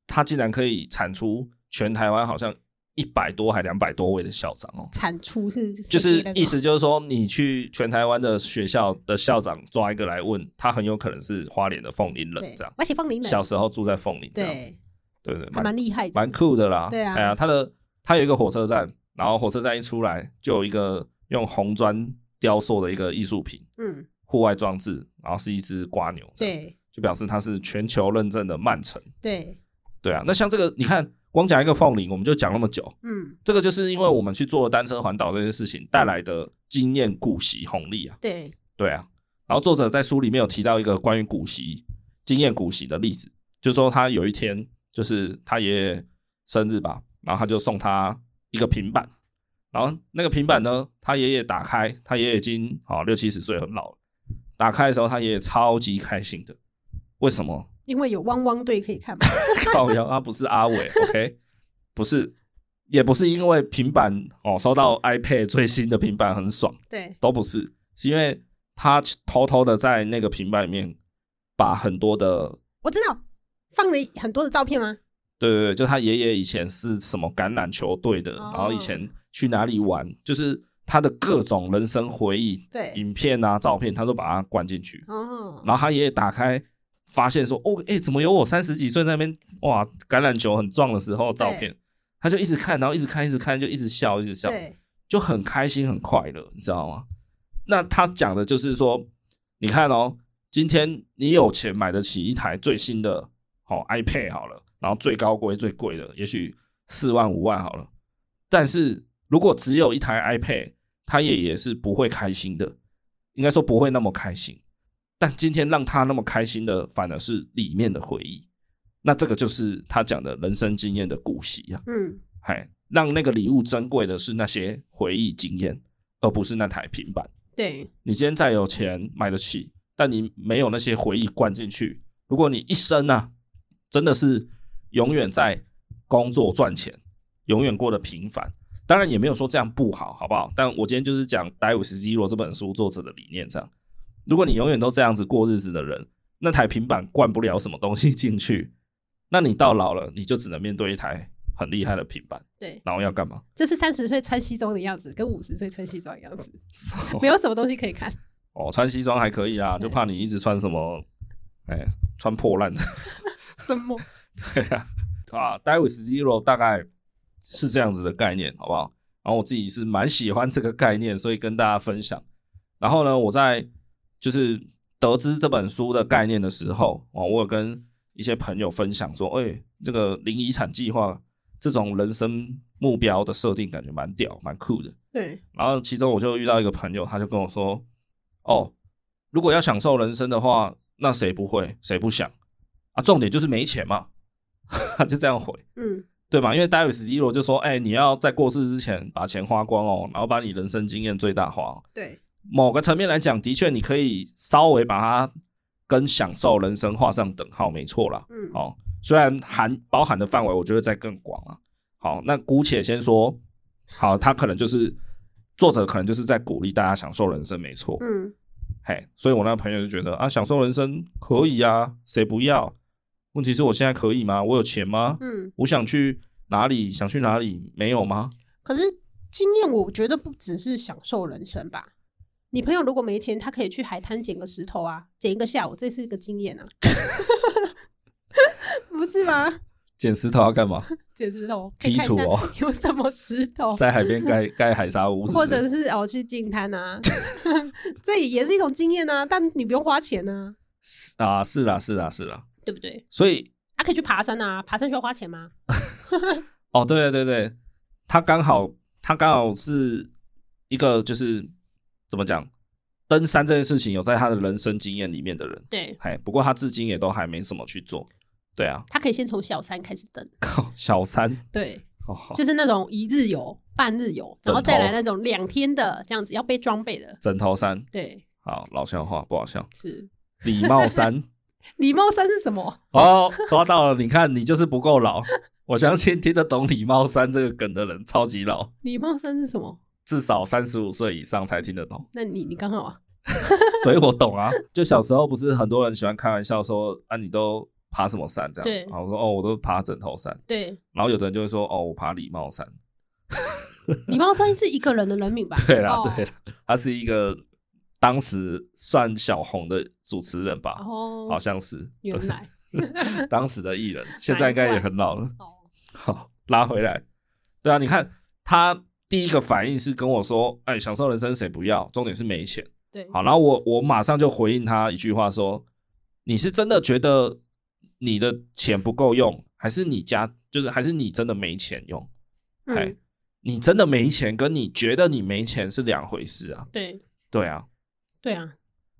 它竟然可以产出全台湾好像一百多还两百多位的校长哦。产出是就就是意思就是说，你去全台湾的学校的校长抓一个来问，他很有可能是花莲的凤林人对这样，，而且凤林人小时候住在凤林这样子对，对对，还蛮蛮厉害的，蛮酷的啦。对啊哎呀，他的他有一个火车站，然后火车站一出来就有一个用红砖雕塑的一个艺术品，嗯，户外装置，然后是一只瓜牛，，对，就表示它是全球认证的慢城。对，对啊，那像这个，你看光讲一个凤林，我们就讲那么久，嗯，这个就是因为我们去做单车环岛这件事情带来的经验、古习、红利啊。对，对啊，然后作者在书里面有提到一个关于古习、经验古习的例子，就是说他有一天就是他爷爷生日吧，然后他就送他一个平板，然后那个平板呢，他爷爷打开，他爷爷已经啊六七十岁很老了，打开的时候他爷爷超级开心的，为什么？因为有汪汪队可以看嘛，靠腰，啊他不是阿伟，OK，不是，也不是因为平板哦，收到 iPad 最新的平板很爽，对，都不是，是因为他偷偷的在那个平板里面把很多的，我知道，放了很多的照片吗？对对对，就他爷爷以前是什么橄榄球队的，然后以前去哪里玩，就是他的各种人生回忆，对，影片啊、照片，他都把它灌进去。哦，嗯然后他爷爷打开，发现说：“哦，哎、怎么有我三十几岁那边哇橄榄球很壮的时候的照片？”他就一直看，然后一直看，一直看，就一直笑，一直笑，对，就很开心，很快乐，你知道吗？那他讲的就是说，你看哦，今天你有钱买得起一台最新的好、iPad 好了，然后最高规最贵的，也许四万五万好了，但是如果只有一台 iPad，他也也是不会开心的，应该说不会那么开心。但今天让他那么开心的，反而是里面的回忆。那这个就是他讲的人生经验的古习啊。嗯，嗨，让那个礼物珍贵的是那些回忆经验，而不是那台平板。对，你今天再有钱买得起，但你没有那些回忆灌进去，如果你一生啊，真的是永远在工作赚钱，永远过得平凡。当然也没有说这样不好，好不好？但我今天就是讲《Die with Zero》这本书作者的理念，这样。如果你永远都这样子过日子的人，那台平板灌不了什么东西进去，那你到老了，你就只能面对一台很厉害的平板。对，然后要干嘛？这是三十岁穿西装的样子，跟五十岁穿西装的样子，没 有什么东西可以看，哦，穿西装还可以啊啦，就怕你一直穿什么，哎，穿破烂的。 什么？对啊，啊，Die with Zero 大概是这样子的概念，好不好？然后我自己是蛮喜欢这个概念，所以跟大家分享。然后呢，我在就是得知这本书的概念的时候，啊，我有跟一些朋友分享说，哎、这个零遗产计划这种人生目标的设定，感觉蛮屌，蛮酷的。 对，然后其中我就遇到一个朋友，他就跟我说：“哦，如果要享受人生的话，那谁不会，谁不想啊？重点就是没钱嘛。” 他就这样回，嗯，对吧？因为 Davis z e r 就说：“哎、你要在过世之前把钱花光哦，然后把你人生经验最大化、哦。对，某个层面来讲，的确你可以稍微把它跟享受人生画上等号，没错啦。嗯，哦，虽然含包含的范围，我觉得在更广啊。好，那姑且先说，好，他可能就是作者，可能就是在鼓励大家享受人生，没错。嗯，嘿，所以我那个朋友就觉得啊，享受人生可以啊，谁不要？问题是我现在可以吗？我有钱吗？嗯，我想去哪里？想去哪里？没有吗？可是经验，我觉得不只是享受人生吧。你朋友如果没钱，他可以去海滩捡个石头啊，捡一个下午，这是一个经验 啊，不是吗？捡石头要干嘛？捡石头，可以剔看除一下哦，有什么石头，在海边盖 盖海沙屋是不哦或是，者是哦去净滩 啊，这也是一种经验啊，但你不用花钱啊，啊，是啦，是啦，是啦。对不对？所以啊，可以去爬山啊，爬山需要花钱吗？哦，对对对，他刚好他刚好是一个就是怎么讲，登山这件事情有在他的人生经验里面的人，对，嘿，不过他至今也都还没什么去做。对啊，他可以先从小三开始登，靠，小三对，哦，就是那种一日游、半日游，然后再来那种两天的这样子，要背装备的，枕头山，对，好，老笑话不好笑，是礼貌山。礼貌三是什么？哦，抓到了！你看，你就是不够老。我相信听得懂礼貌三这个梗的人超级老，礼貌三是什么？至少三十五岁以上才听得懂，那你你刚好啊， 所以我懂啊。就小时候不是很多人喜欢开玩笑说啊，你都爬什么山这样？对然后我说哦，我都爬枕头山。对，然后有的人就会说哦，我爬礼貌山。 礼貌三是一个人的人名吧？对啦，哦对啦，他是一个当时算小红的主持人吧，好哦，像是原来对 当时的艺 人，现在应该也很老了。哦，好，拉回来。对啊，你看他第一个反应是跟我说：“哎，享受人生谁不要？重点是没钱。对”， 好，然后我我马上就回应他一句话说：“你是真的觉得你的钱不够用，还是你家就是还是你真的没钱用？哎嗯，，你真的没钱，跟你觉得你没钱是两回事啊。对对啊，对啊，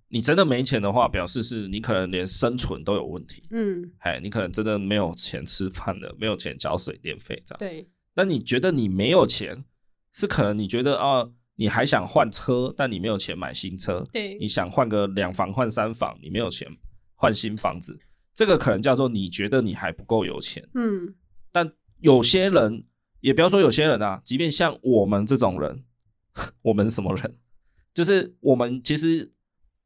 你真的没钱的话，表示是你可能连生存都有问题。嗯，哎，你可能真的没有钱吃饭了，没有钱缴水电费这样。对但你觉得你没有钱，是可能你觉得啊，你还想换车，但你没有钱买新车；对你想换个两房换三房，你没有钱换新房子，这个可能叫做你觉得你还不够有钱。嗯，但有些人，也不要说有些人啊，即便像我们这种人， 我们什么人？就是我们其实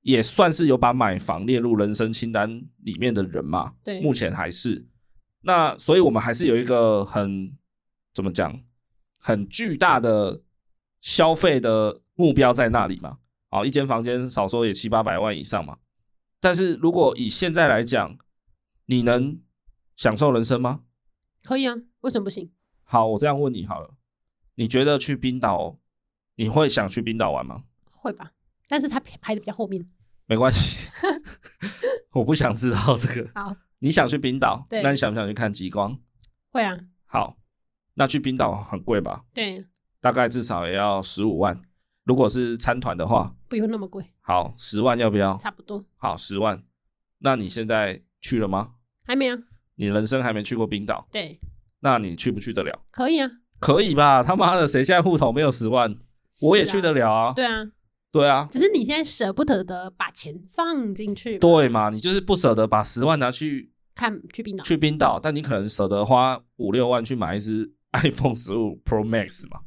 也算是有把买房列入人生清单里面的人嘛。对目前还是。那所以我们还是有一个很怎么讲，很巨大的消费的目标在那里嘛。啊，一间房间少说也七八百万以上嘛。但是如果以现在来讲，你能享受人生吗？可以啊，为什么不行？好，我这样问你好了，你觉得去冰岛，你会想去冰岛玩吗？会吧？但是他排排的比较后面，没 关系，我不想知道这个。好，你想去冰岛，对那你想不想去看极光？会啊，好，那去冰岛很贵吧？对，大概至少也要十五万，如果是参团的话，不用那么贵，好，十万要不要？差不多，好，十万。那你现在去了吗？还没啊，你人生还没去过冰岛，对，那你去不去得了？可以啊，可以吧？他妈的，谁现在户头没有十万？我也是啊去得了啊。对啊，对啊，只是你现在舍不得的把钱放进去嘛，对嘛，你就是不舍得把十万拿去看去冰岛，去冰岛，但你可能舍得花五六万去买一只 iPhone 十五 Pro Max 嘛？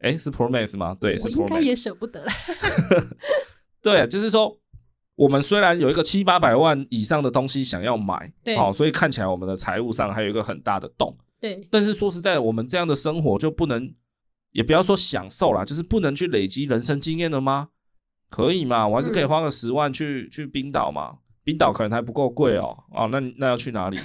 诶，是 Pro Max 吗？对，是我 Pro 应该也 Max。舍不得啦，对，就是说，我们虽然有一个七八百万以上的东西想要买， 对好、所以看起来我们的财务上还有一个很大的洞。对，但是说实在的，我们这样的生活就不能，也不要说享受啦，就是不能去累积人生经验了吗？可以嘛？我还是嗯可以花个十万去、去冰岛嘛？冰岛可能还不够贵哦。哦，那你那要去哪 里？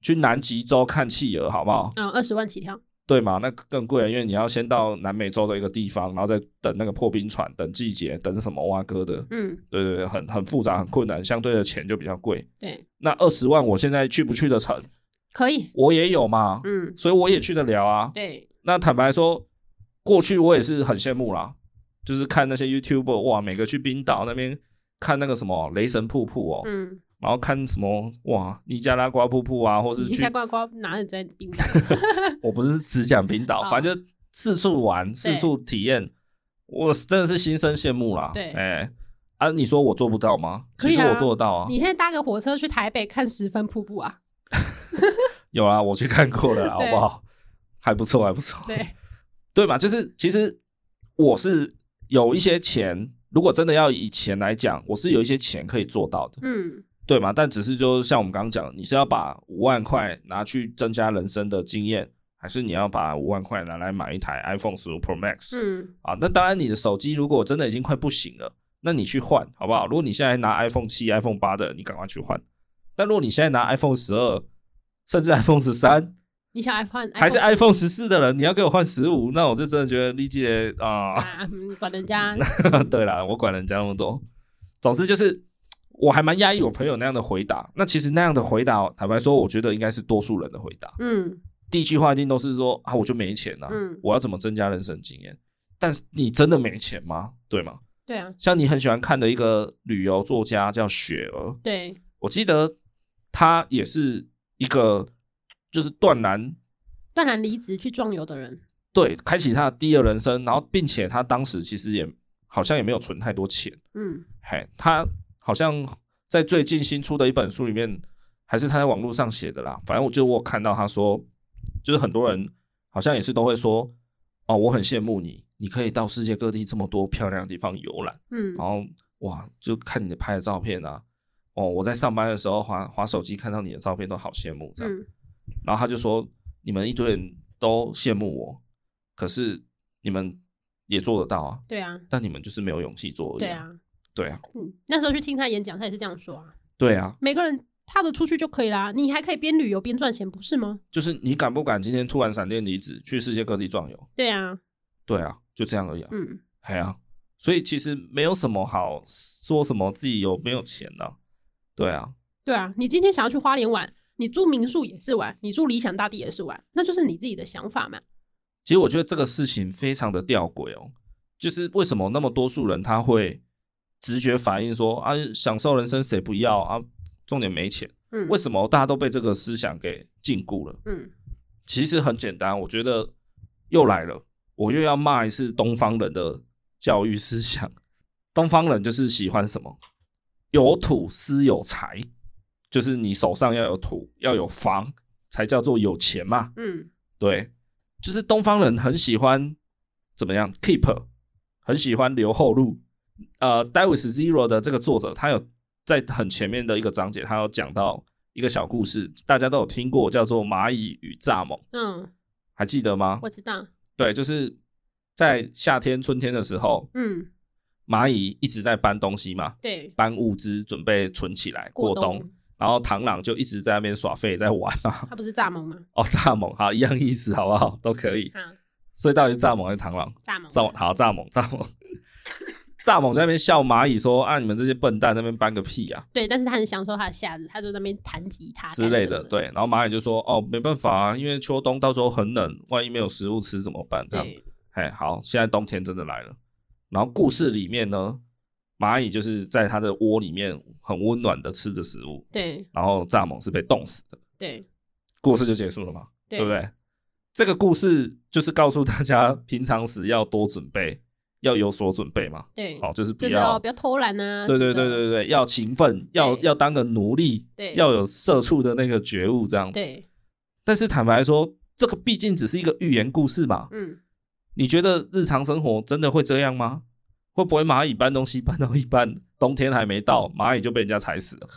去南极洲看企鹅好不好？嗯，二十万起跳，对嘛？那更贵了，因为你要先到南美洲的一个地方，然后再等那个破冰船，等季节，等什么挖哥的，嗯，对对对，很很复杂，很困难，相对的钱就比较贵。对，那二十万，我现在去不去得成？可以，我也有嘛，嗯，所以我也去得了啊。对，那坦白说，过去我也嗯是很羡慕啦，就是看那些 YouTuber 哇，每个去冰岛那边看那个什么雷神瀑布哦，嗯，然后看什么哇尼加拉瓜瀑布啊，或是你去才呱呱哪里在冰 岛？我不是只讲冰岛，哦反正就四处玩、四处体验，我真的是心生羡慕啦。对哎、啊，你说我做不到吗？可以其啊实我做得到啊，你现在搭个火车去台北看十分瀑布啊？有啊，我去看过了啦，好对不好？还不错，还不错。对，对吧？就是其实我是有一些钱，如果真的要以钱来讲，我是有一些钱可以做到的，嗯，对吗？但只是就像我们刚刚讲的，你是要把五万块拿去增加人生的经验，还是你要把五万块拿来买一台 iPhone 十五 Pro Max？、嗯，啊，那当然，你的手机如果真的已经快不行了，那你去换好不好？如果你现在拿 iPhone 七、iPhone 八的，你赶快去换。但如果你现在拿 iPhone 十二，甚至 iPhone 十三，你想 iPhone 还是 iPhone iPhone 十四的人，你要给我换十五，那我就真的觉得理解啊。啊，嗯管人 家，对啦，我管人家那么多。总之就是，我还蛮压抑我朋友那样的回答。那其实那样的回答，哦坦白说，我觉得应该是多数人的回答。嗯第一句话一定都是说啊，我就没钱啊，嗯，我要怎么增加人生经验？但是你真的没钱吗？对吗？对啊，像你很喜欢看的一个旅游作家叫雪儿，对，我记得他也是一个就是断然断然离职去壮游的人，对开启他的第二人生，然后并且他当时其实也好像也没有存太多钱，嗯，嘿，他好像在最近新出的一本书里面，还是他在网络上写的啦。反正我就我有看到他说，就是很多人好像也是都会说，哦，我很羡慕你，你可以到世界各地这么多漂亮的地方游览，嗯然后哇，就看你的拍的照片啊，哦，我在上班的时候滑滑手机看到你的照片都好羡慕这样。嗯，然后他就说，你们一堆人都羡慕我，可是你们也做得到啊，对啊，但你们就是没有勇气做而已、对，啊，对啊，嗯，那时候去听他演讲，他也是这样说啊，对啊。每个人踏得出去就可以啦，你还可以边旅游边赚钱，不是吗？就是你敢不敢今天突然闪电离职去世界各地壮游？对啊，对啊，就这样而已、啊。嗯，哎呀、所以其实没有什么好说什么自己有没有钱的、对啊，对啊，你今天想要去花莲玩，你住民宿也是玩，你住理想大地也是玩，那就是你自己的想法嘛。其实我觉得这个事情非常的吊诡哦，就是为什么那么多数人他会直觉反应说啊，享受人生谁不要啊？重点没钱，嗯，为什么大家都被这个思想给禁锢了？嗯，其实很简单，我觉得又来了，我又要骂一次东方人的教育思想。东方人就是喜欢什么，有土斯有财，就是你手上要有土，要有房，才叫做有钱嘛。嗯，对，就是东方人很喜欢怎么样 keep，很喜欢留后路。呃，Davis Zero 的这个作者，他有在很前面的一个章节，他有讲到一个小故事，大家都有听过，叫做《蚂蚁与蚱蜢》。嗯，还记得吗？我知道，对，就是在夏天、春天的时候，嗯，蚂蚁一直在搬东西嘛，对，搬物资准备存起来过冬，冬然后螳螂就一直在那边耍废，在玩啊。他不是蚱蜢吗？哦，蚱蜢，好，一样意思，好不好？都可以。啊，所以到底是蚱蜢还是螳螂？蚱蜢，蚱蜢，好，蚱蜢，蚱蜢，蚱蜢在那边笑蚂蚁说：“啊，你们这些笨蛋，那边搬个屁啊对，但是他很享受他的夏日，他就在那边弹吉他之类的的。”，对，然后蚂蚁就说：“哦，没办法啊，因为秋冬到时候很冷，万一没有食物吃怎么办？”这样。对，哎，好，现在冬天真的来了。然后故事里面呢，蚂蚁就是在它的窝里面很温暖的吃着食物，对，然后蚱蜢是被冻死的，对，故事就结束了嘛，对不？对？这个故事就是告诉大家，平常时要多准备，要有所准备嘛。对，好、就是不就是要哦，，不要偷懒啊，对对什么对的，对对，要勤奋，要对要当个奴隶，对要有社畜的那个觉悟这样子。对，但是坦白说，这个毕竟只是一个寓言故事嘛，嗯，你觉得日常生活真的会这样吗？会不会蚂蚁搬东西搬到一半，冬天还没到，蚂蚁就被人家踩死 了，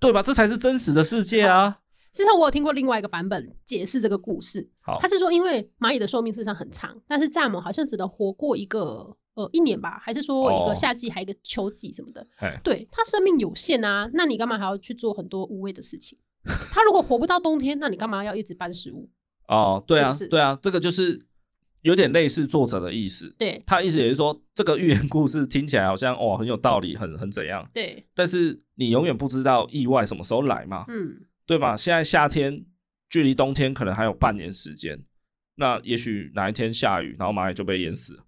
对吧？这才是真实的世界啊！事实上，我有听过另外一个版本解释这个故事，好他，是说，因为蚂蚁的寿命事实上很长，但是蚱蜢好像只能活过一个呃一年吧，还是说一哦个夏季还有一个秋季什么的。哎，对，它生命有限啊，那你干嘛还要去做很多无谓的事情？它如果活不到冬天，那你干嘛要一直搬食物？哦，对啊，是不是对啊，这个就是有点类似作者的意思。对他意思也是说，这个寓言故事听起来好像哦很有道理，很很怎样，对，但是你永远不知道意外什么时候来嘛，嗯，对吧？现在夏天距离冬天可能还有半年时间，那也许哪一天下雨，然后蚂蚁就被淹死了。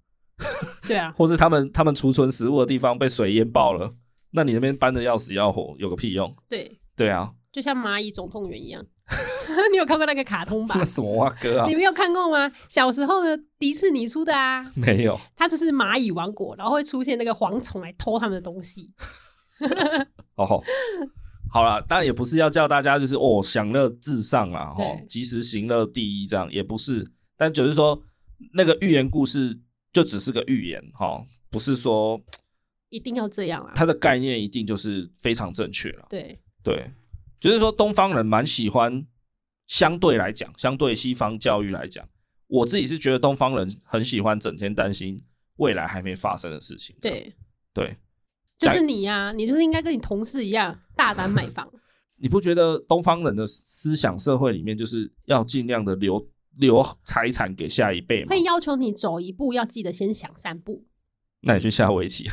对啊，或是他们他们储存食物的地方被水淹爆了，那你那边搬的要死要活，有个屁用？对，对 啊，就像蚂蚁总动员一样， 你有看过那个卡通吧那？什么蛙哥啊你？没有看过吗？小时候呢，迪士尼出的啊，没有，它就是蚂蚁王国，然后会出现那个蝗虫来偷他们的东西。哦，好啦，当然也不是要叫大家就是哦享乐至上啦，哦对，及时行乐第一这样也不是，但只是说那个寓言故事就只是个寓言哈、哦，不是说一定要这样啊！它的概念一定就是非常正确了。对对，就是说东方人蛮喜欢，相对来讲，相对西方教育来讲，我自己是觉得东方人很喜欢整天担心未来还没发生的事情。这样对，对，就是在你呀、你就是应该跟你同事一样大胆买房。你不觉得东方人的思想社会里面就是要尽量的留留财产给下一辈吗会？要求你走一步要记得先想三步。那你去下围 棋，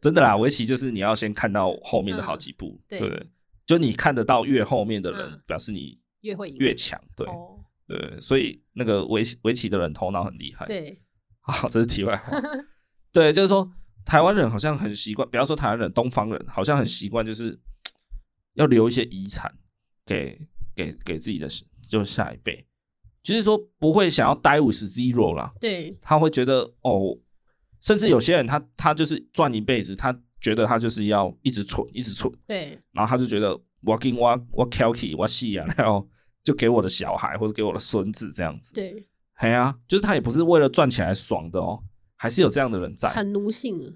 真的啦，围棋就是你要先看到后面的好几步，嗯对不对？就你看得到越后面的人，嗯表示你越会赢越强，对。哦，对，所以那个围棋围棋的人头脑很厉害。，对好，这是题外话。对，就是说台湾人好像很习惯，不要说台湾人，东方人好像很习惯，就是要留一些遗产给给给自己的就是下一辈，就是说不会想要待五十 zero 啦，对，他会觉得哦，甚至有些人他他就是赚一辈子，他觉得他就是要一直存一直存，对，然后他就觉得我跟我我 k e l k y 我戏啊，然后就给我的小孩或者给我的孙子这样子，对，哎呀、就是他也不是为了赚钱来爽的哦，还是有这样的人在，很奴性啊。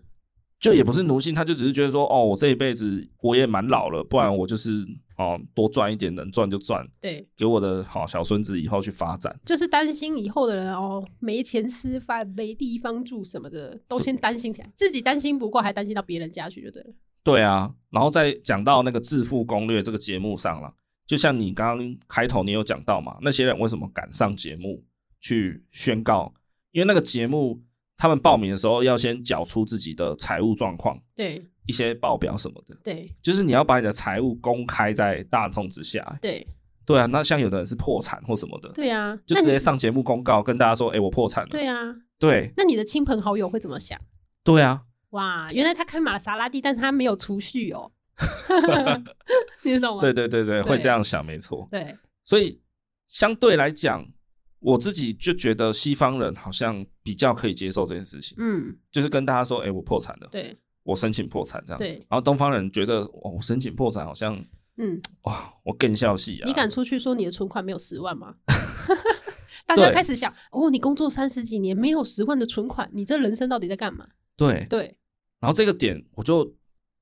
就也不是奴性，他就只是觉得说，哦，我这一辈子我也蛮老了，不然我就是哦多赚一点，能赚就赚，对，给我的好、小孙子以后去发展。就是担心以后的人哦，没钱吃饭、没地方住什么的，都先担心起来，自己担心不过，还担心到别人家去就对了。对啊，然后再讲到那个《致富攻略》这个节目上了，就像你刚刚开头你有讲到嘛，那些人为什么敢上节目去宣告？因为那个节目他们报名的时候要先缴出自己的财务状况、对，一些报表什么的，对，就是你要把你的财务公开在大众之下、欸对，对啊，那像有的人是破产或什么的，对啊，就那直接你上节目公告跟大家说，哎、我破产了。对啊，对那你的亲朋好友会怎么想？对啊，哇，原来他开玛莎拉蒂，但他没有储蓄 哦，你懂吗？对对对对，对会这样想，没错。对所以相对来讲，我自己就觉得西方人好像比较可以接受这件事情，嗯，就是跟大家说，哎、我破产了，对，我申请破产这样。对然后东方人觉得，哦，我申请破产好像，嗯，哇，我更笑戏啊。你敢？出去说你的存款没有十 万吗？大家对开始想，哦，你工作三十几年没有十万的存款，你这人生到底在干嘛？对。对，然后这个点我就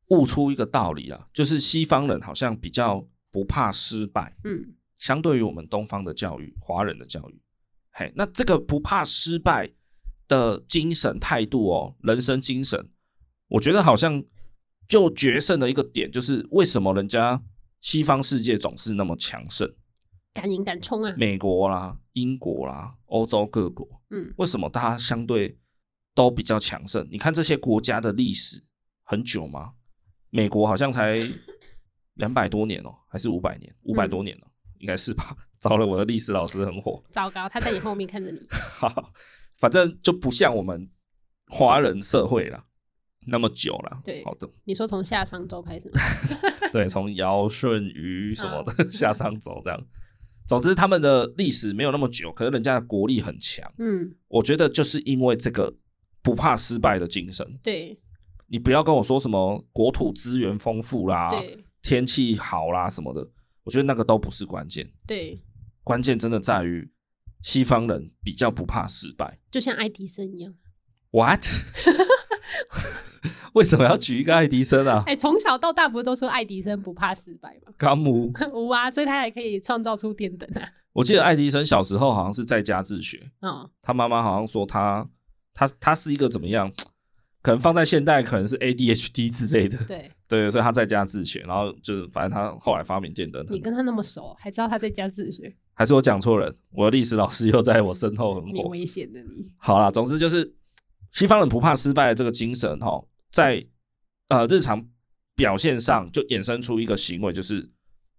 悟出一个道理啊，就是西方人好像比较不怕失败。嗯，相对于我们东方的教育、华人的教育，嘿，那这个不怕失败的精神态度哦，人生精神，我觉得好像就决胜的一个点，就是为什么人家西方世界总是那么强盛，敢赢敢冲啊！美国啦、英国啦、欧洲各国，嗯，为什么大家相对都比较强盛？你看这些国家的历史很久吗？美国好像才两百多年哦，还是五百年？五百多年了，应该是吧？糟了，我的历史老师很火， 糟糕，他在你后面看着你。哈，反正就不像我们华人社会啦那么久了。对好的，你说从下商周开始吗，对，从尧舜禹什么的 下上走这样。总之，他们的历史没有那么久，可是人家的国力很强。嗯，我觉得就是因为这个不怕失败的精神， 对你不要跟我说什么国土资源丰富啦、对天气好啦什么的，我觉得那个都不是关键，对，关键真的在于西方人比较不怕失败。就像爱迪生一样， What？为什么要举一个爱迪生啊？哎，从小到大不是都说爱迪生不怕失败吗？ 甘姆，无啊，所以他还可以创造出电灯啊。我记得爱迪生小时候好像是在家自学，哦，他妈妈好像说他他他是一个怎么样？可能放在现代可能是 ADHD 之类的，对对，所以他在家自学，然后就是反正他后来发明电灯。你跟他那么熟，还知道他在家自学，还是我讲错人？我的历史老师又在我身后很你火。危险的你。好啦，总之就是西方人不怕失败的这个精神哈、哦，在呃日常表现上就衍生出一个行为，就是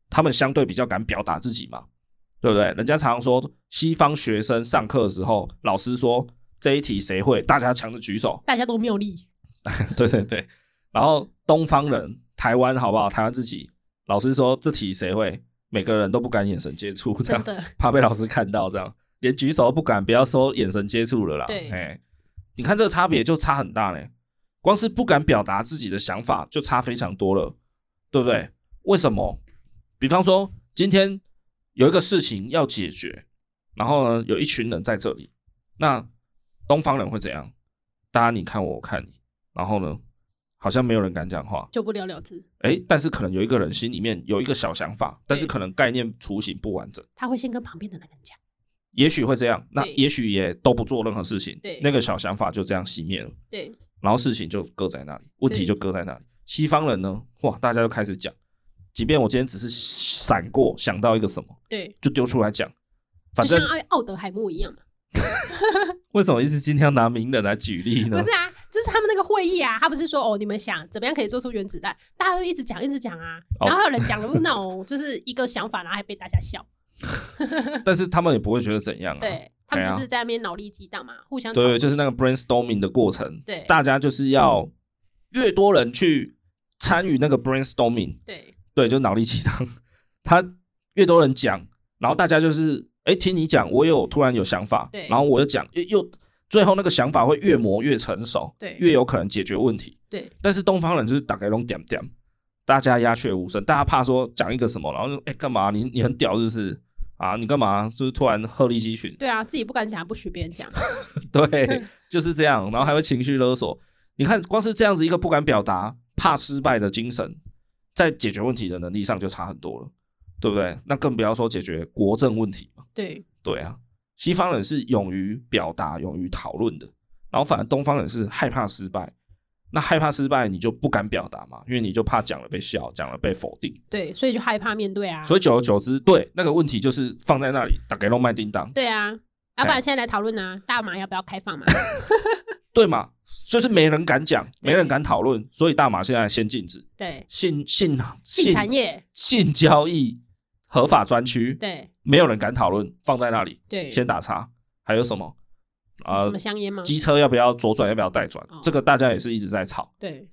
他们相对比较敢表达自己嘛，对不对？人家常说西方学生上课的时候，老师说这一题谁会，大家抢着举手。 大家都没有力，对对对，然后东方人，台湾好不好？台湾自己老师说这题谁会，每个人都不敢眼神接触，这真样的怕被老师看到，这样连举手都不敢，不要说眼神接触了啦。对哎，你看这个差别就差很大嘞，光是不敢表达自己的想法就差非常多了，对不对？为什么？比方说今天有一个事情要解决，然后呢有一群人在这里，那东方人会怎样？大家你看我，我看你，然后呢，好像没有人敢讲话，就不了了之。哎，但是可能有一个人心里面有一个小想法，但是可能概念雏形不完整。他会先跟旁边的那个人讲，也许会这样，那对也许也都不做任何事情，对那个小想法就这样熄灭了，对然后事情就搁在那里，问题对就搁在那里。西方人呢，哇，大家就开始讲，即便我今天只是闪过想到一个什么，对，就丢出来讲，就反像正奥奥德海默一样嘛。为什么一直今天要拿名人来举例不呢是？啊，就是他们那个会议啊，他不是说哦，你们想怎么样可以做出原子弹？大家都一直讲，一直讲啊，哦然后还有人讲了 那种就是一个想法，然后还被大家笑。但是他们也不会觉得怎样啊，对，他们对啊就是在那边脑力激荡嘛，互相讨对，论就是那个 brainstorming 的过程，对嗯大家就是要越多人去参与那个 brainstorming，对对，就脑力激荡，他越多人讲，然后大家就是哎听你讲，我有突然有想法对，然后我又讲，又又最后那个想法会越磨越成熟，对越有可能解决问题。对但是东方人就是打开龙点点，大家鸦雀无声，大家怕说讲一个什么，然后就哎干嘛？你你很屌是不是？啊，你干嘛？是不是突然鹤立鸡群？对啊，自己不敢讲，不许别人讲，对，就是这样，然后还会情绪勒索。你看，光是这样子一个不敢表达、怕失败的精神，在解决问题的能力上就差很多了，对不对？那更不要说解决国政问题嘛。对对啊，西方人是勇于表达、勇于讨论的，然后反而东方人是害怕失败。那害怕失败，你就不敢表达嘛，因为你就怕讲了被笑，讲了被否定。对，所以就害怕面对啊，所以久而久之，对那个问题就是放在那里，打给弄卖叮当，对啊，要不然现在来讨论啊，大麻要不要开放嘛？对嘛？就是没人敢讲，没人敢讨论，所以大马现在先禁止。对，性性性产业，性交易合法专区，对没有人敢讨论，放在那里对，先打叉。还有什么啊什？么香烟吗？机车要不要左转？要不要带转哦？这个大家也是一直在吵，对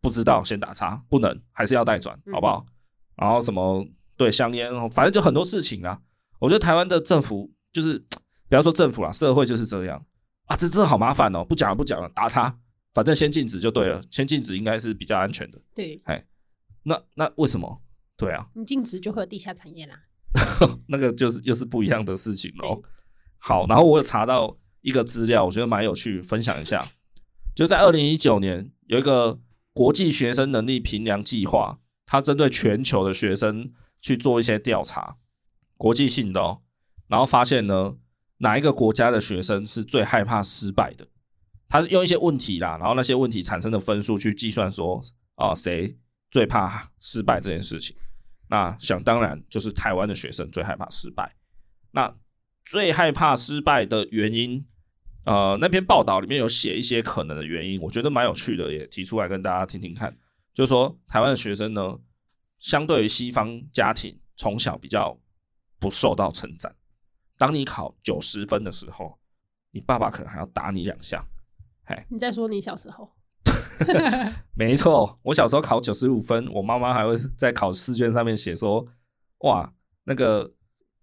不知道先打叉，不能还是要带转，嗯好不好？然后什么对香烟，反正就很多事情啊。我觉得台湾的政府就是，不要说政府啦，社会就是这样啊，这这好麻烦哦，不讲了不讲了，打叉，反正先禁止就对了，先禁止应该是比较安全的。对，那那为什么？对啊，你禁止就会有地下产业啦， 那个就是又是不一样的事情喽。好，然后我有查到一个资料，我觉得蛮有趣，分享一下。就在二零一九年，有一个国际学生能力评量计划，它针对全球的学生去做一些调查，国际性的哦。然后发现呢，哪一个国家的学生是最害怕失败的？他是用一些问题啦，然后那些问题产生的分数去计算说，啊、谁最怕失败这件事情。那想当然就是台湾的学生最害怕失败。那最害怕失败的原因，呃，那篇报道里面有写一些可能的原因，我觉得蛮有趣的，也提出来跟大家听听看。就是说，台湾的学生呢，相对于西方家庭，从小比较不受到称赞。当你考九十分的时候，你爸爸可能还要打你两下。你再说你小时候，没错，我小时候考九十五分，我妈妈还会在考试卷上面写说：“哇，那个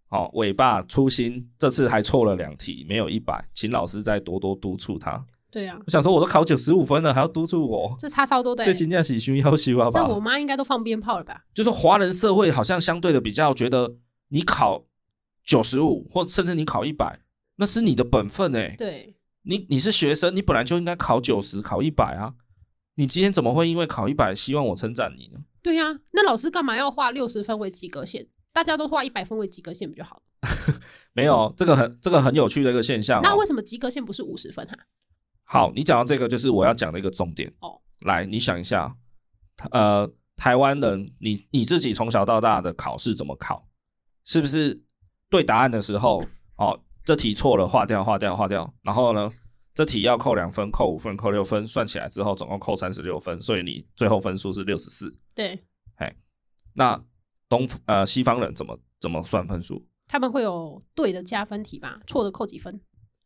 哦，尾巴粗心，这次还错了两题，没有一百，请老师再多多督促他。对啊”，我想说，我都考九十五分了，还要督促我，这差超多的欸，这金价喜凶要修啊这吧？我妈应该都放鞭炮了吧？就是华人社会好像相对的比较觉得，你考九十五或甚至你考一百，那是你的本分哎、对你你是学生，你本来就应该考九十、考一百啊。你今天怎么会因为考一百希望我称赞你呢？对呀、那老师干嘛要画六十分为及格线？大家都画一百分为及格线不就好了？没有，这个很这个很有趣的一个现象、那哦。为什么及格线不是五十分哈、啊好，你讲到这个就是我要讲的一个重点哦。来，你想一下，呃，台湾人，你你自己从小到大的考试怎么考？是不是对答案的时候，哦，这题错了，划掉，划掉，划掉，然后呢，这题要扣两分，扣五分，扣六分，算起来之后总共扣三十六分，所以你最后分数是六十四。对，那东呃西方人怎么怎么算分数？他们会有对的加分题吧，错的扣几分？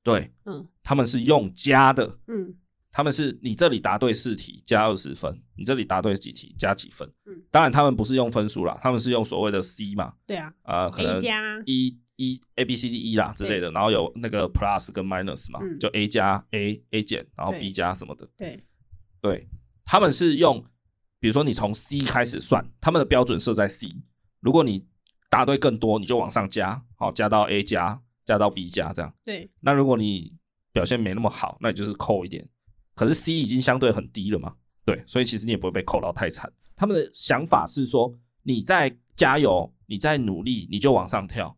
对，嗯他们是用加的。嗯，他们是你这里答对四题加二十分，你这里答对几题加几分。嗯当然他们不是用分数啦，他们是用所谓的 C 嘛，对啊呃，可能，A 加，一一 A B C D E 啦之类的，然后有那个 plus 跟 minus 嘛，嗯就 A 加 A A 减，然后对 B 加什么的。对对，他们是用，比如说你从 C 开始算，他们的标准设在 C，如果你答对更多，你就往上加，好加到 A 加，加到 B 加这样。对那如果你表现没那么好，那你就是扣一点。可是 C 已经相对很低了嘛，对，所以其实你也不会被扣到太惨。他们的想法是说，你在加油，你在努力，你就往上跳。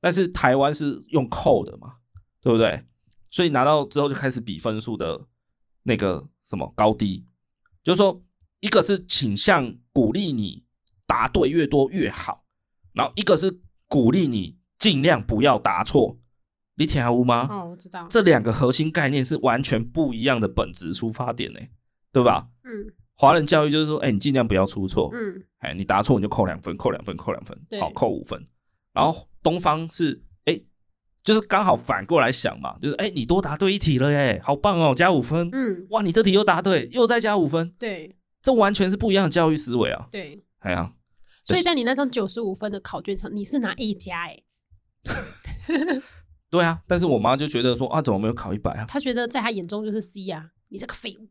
但是台湾是用扣的嘛，对不对？所以拿到之后就开始比分数的那个什么高低，就是说一个是倾向鼓励你答对越多越好，然后一个是鼓励你尽量不要答错。你听得有吗？哦，我知道，啊这两个核心概念是完全不一样的本质出发点呢、对吧？嗯华人教育就是说，哎、你尽量不要出错，嗯，哎、你答错你就扣两分，扣两分，扣两分对，好，扣五分。然后东方是，哎、就是刚好反过来想嘛，就是哎、你多答对一题了耶，好棒哦，加五分。嗯，哇，你这题又答对，又再加五分，对这完全是不一样的教育思维啊！对，哎呀，所以在你那张九十五分的考卷上，你是拿 A 加哎、对啊，但是我妈就觉得说啊，怎么没有考一百啊？ 他觉得在他眼中就是 C 呀、你这个废物。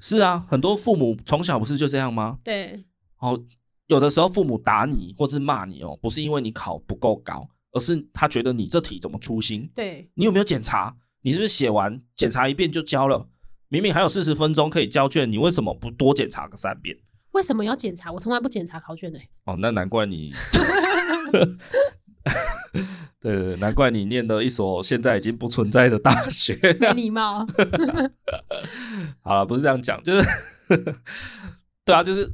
是啊，很多父母从小不是就这样吗？对，哦，有的时候父母打你或是骂你哦，不是因为你考不够高，而是他觉得你这题怎么粗心？对，你有没有检查？你是不是写完检查一遍就交了？明明还有四十分钟可以交卷，你为什么不多检查个三遍？为什么要检查？我从来不检查考卷的、欸 哦，那难怪你， 对对对，难怪你念了一所现在已经不存在的大学。没礼 貌。好了，不是这样讲，就是对啊，就是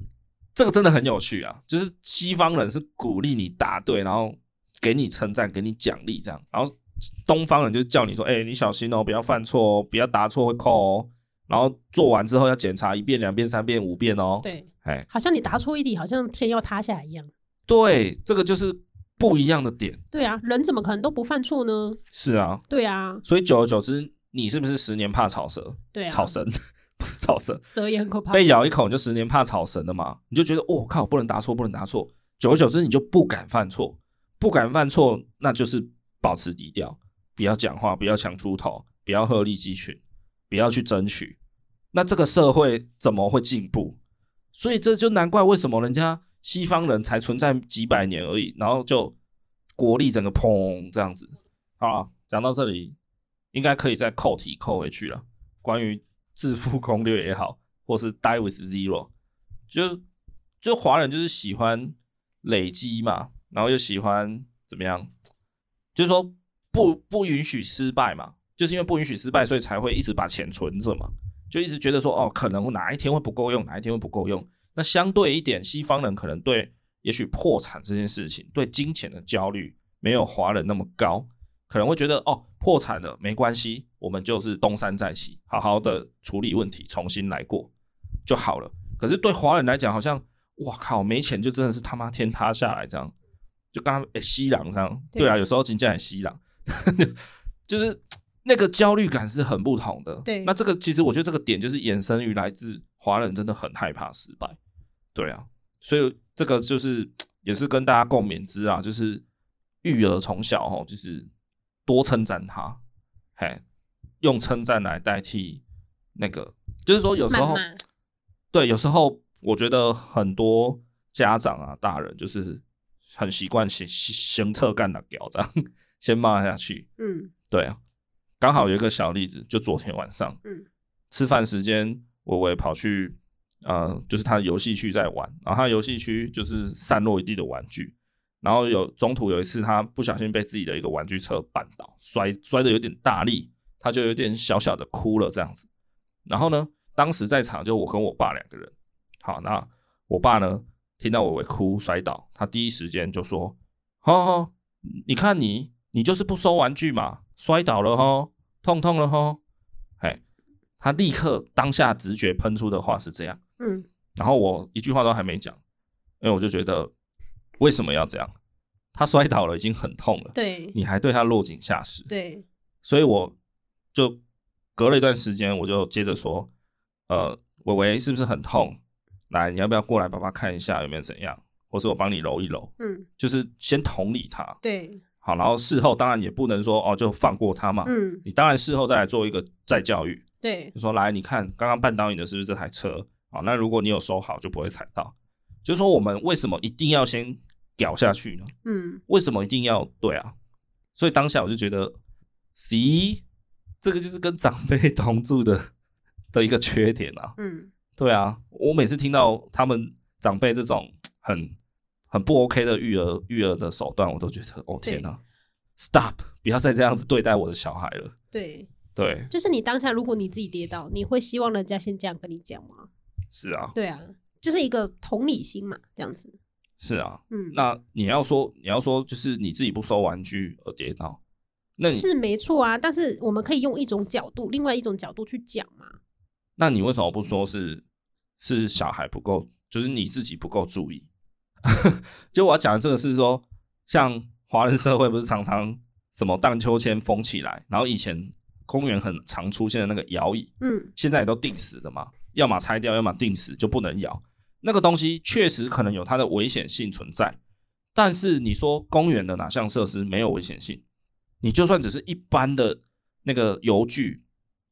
这个真的很有趣啊，就是西方人是鼓励你答对，然后给你称赞，给你奖励这样，然后东方人就叫你说，哎、你小心哦，不要犯错哦，不要答错会扣哦，然后做完之后要检查一遍、两遍、三遍、五遍哦。对，哎，好像你答错一题，好像天要塌下来一样。对，这个就是不一样的点，对啊，人怎么可能都不犯错呢？是啊，对啊，所以久而久之，你是不是十年怕草蛇？对啊，草绳， 不是草绳，蛇也很可怕。被咬一口你就十年怕草绳了嘛，你就觉得我、哦靠，不能答错，不能答错，久而久之你就不敢犯错，不敢犯错，那就是保持低调，不要讲话，不要抢出头，不要鹤立鸡群，不要去争取，那这个社会怎么会进步？所以这就难怪为什么人家西方人才存在几百年而已，然后就国力整个砰这样子。好啊，讲到这里，应该可以再扣题扣回去了。关于致富攻略也好，或是 Die with Zero，就就华人就是喜欢累积嘛，然后又喜欢怎么样，就是说不不允许失败嘛，就是因为不允许失败，所以才会一直把钱存着嘛，就一直觉得说哦，可能哪一天会不够用，哪一天会不够用。那相对一点，西方人可能对也许破产这件事情，对金钱的焦虑没有华人那么高，可能会觉得哦，破产了没关系，我们就是东山再起，好好的处理问题，重新来过就好了。可是对华人来讲，好像哇靠，没钱就真的是他妈天塌下来这样，就跟他们欸西朗这样，对对啊，有时候金价很西朗，就是那个焦虑感是很不同的。对那这个其实我觉得这个点就是衍生于来自华人真的很害怕失败，对啊，所以这个就是也是跟大家共勉之啊，就是育儿从小哦，就是多称赞他，嘿，用称赞来代替那个，就是说有时候谩骂对，有时候我觉得很多家长啊、大人就是很习惯行行行侧干的屌这样 先骂下去，嗯，对啊，刚好有一个小例子，就昨天晚上，嗯，吃饭时间，伟伟跑去，呃，就是他的游戏区在玩，然后他的游戏区就是散落一地的玩具，然后有中途有一次他不小心被自己的一个玩具车绊倒，摔摔的有点大力，他就有点小小的哭了这样子。然后呢，当时在场就我跟我爸两个人，好，那我爸呢听到伟伟哭摔倒，他第一时间就说：“好好，你看你，你就是不收玩具嘛，摔倒了吼，痛痛了吼。”哎，他立刻当下直觉喷出的话是这样，嗯，然后我一句话都还没讲，因为我就觉得为什么要这样？他摔倒了已经很痛了，对你还对他落井下石，对，所以我就隔了一段时间，我就接着说，呃，伟伟是不是很痛？来，你要不要过来，爸爸看一下有没有怎样，或是我帮你揉一揉，嗯就是先同理他，对，好，然后事后当然也不能说哦就放过他嘛，嗯你当然事后再来做一个再教育，对就说来你看刚刚绊倒你的是不是这台车？好，那如果你有收好就不会踩到。就是说我们为什么一定要先屌下去呢？嗯，为什么一定要对啊？所以当下我就觉得，C 这个就是跟长辈 同住的的一个缺点啊。嗯对啊，我每次听到他们长辈这种很很不 OK 的育儿育儿的手段，我都觉得哦对天哪、s t o p 不要再这样子对待我的小孩了。对，对，就是你当下如果你自己跌倒，你会希望人家先这样跟你讲吗？是啊，对啊，就是一个同理心嘛，这样子。是啊。嗯，那你要说你要说就是你自己不收玩具而跌倒，那你是没错啊，但是我们可以用一种角度，另外一种角度去讲嘛。那你为什么不说是是小孩不够，就是你自己不够注 意？就我要讲的这个是说，像华人社会不是常常什么荡秋千封起来，然后以前公园很常出现的那个摇椅，嗯，现在也都定死的嘛，要么拆掉，要么定死，就不能摇。那个东西确实可能有它的危险性存在，但是你说公园的哪项设施没有危险性？你就算只是一般的那个游具，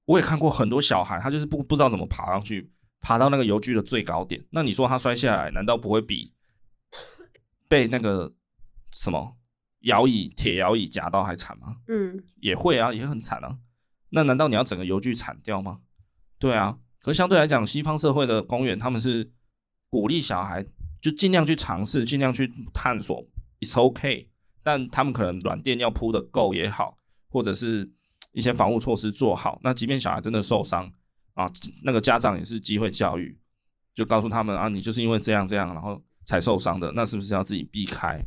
我也看过很多小孩，他就是不不知道怎么爬上去，爬到那个游具的最高点。那你说他摔下来，难道不会比被那个什么摇椅、铁摇椅夹到还惨吗？嗯，也会啊，也很惨啊。那难道你要整个邮局铲掉吗？对啊。可相对来讲，西方社会的公园他们是鼓励小孩就尽量去尝试，尽量去探索，it's okay。但他们可能软垫要铺的够也好，或者是一些防护措施做好。那即便小孩真的受伤啊，那个家长也是机会教育，就告诉他们啊，你就是因为这样这样，然后才受伤的，那是不是要自己避开？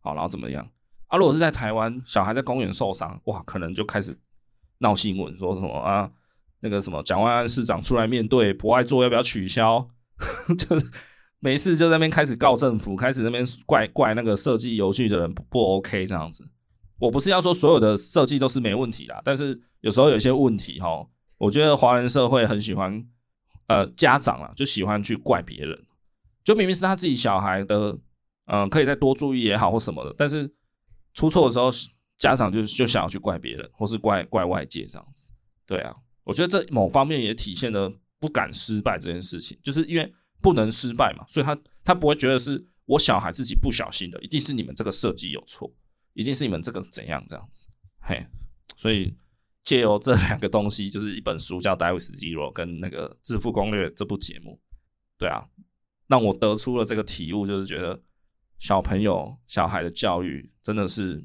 好，然后怎么样？啊，如果是在台湾，小孩在公园受伤，哇，可能就开始闹新闻，说什么啊，那个什么蒋万安市长出来面对不爱做要不要取消， 就是没事就在那边开始告政府，开始那边怪怪那个设计游戏的人不不 OK 这样子。我不是要说所有的设计都是没问题啦，但是有时候有一些问题哈，我觉得华人社会很喜欢，呃，家长啊就喜欢去怪别人，就明明是他自己小孩的，嗯、可以再多注意也好或什么的，但是出错的时候，家长就就想要去怪别人，或是怪怪外界这样子。对啊，我觉得这某方面也体现了不敢失败这件事情，就是因为不能失败嘛，所以他他不会觉得是我小孩自己不小心的，一定是你们这个设计有错，一定是你们这个怎样这样子。嘿，所以借由这两个东西，就是一本书叫《戴维斯 Zero》跟那个《致富攻略》这部节目，对啊，让我得出了这个体悟，就是觉得小朋友、小孩的教育真的是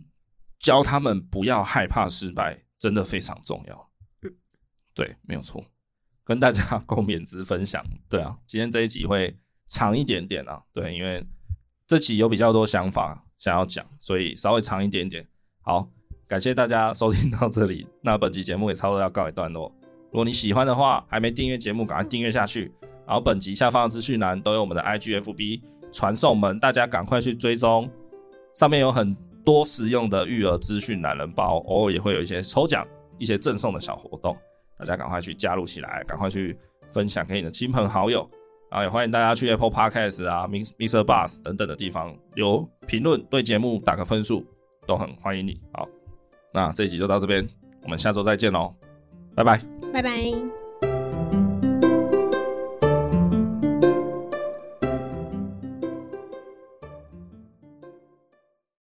教他们不要害怕失败，真的非常重要。对，没有错，跟大家共勉之分享。对啊，今天这一集会长一点点啊，对，因为这集有比较多想法想要讲，所以稍微长一点点。好，感谢大家收听到这里，那本期节目也差不多要告一段落。如果你喜欢的话，还没订阅节目，赶快订阅下去。然后本集下方的资讯栏都有我们的 IGFB 传送门，大家赶快去追踪，上面有很多实用的育儿资讯懒人包，偶尔也会有一些抽奖、一些赠送的小活动，大家赶快去加入起来，赶快去分享给你的亲朋好友。然后也欢迎大家去 Apple Podcast 啊、Mix Mr. Bus 等等的地方留评论，对节目打个分数，都很欢迎你。好，那这一集就到这边，我们下周再见喽，拜拜。拜拜。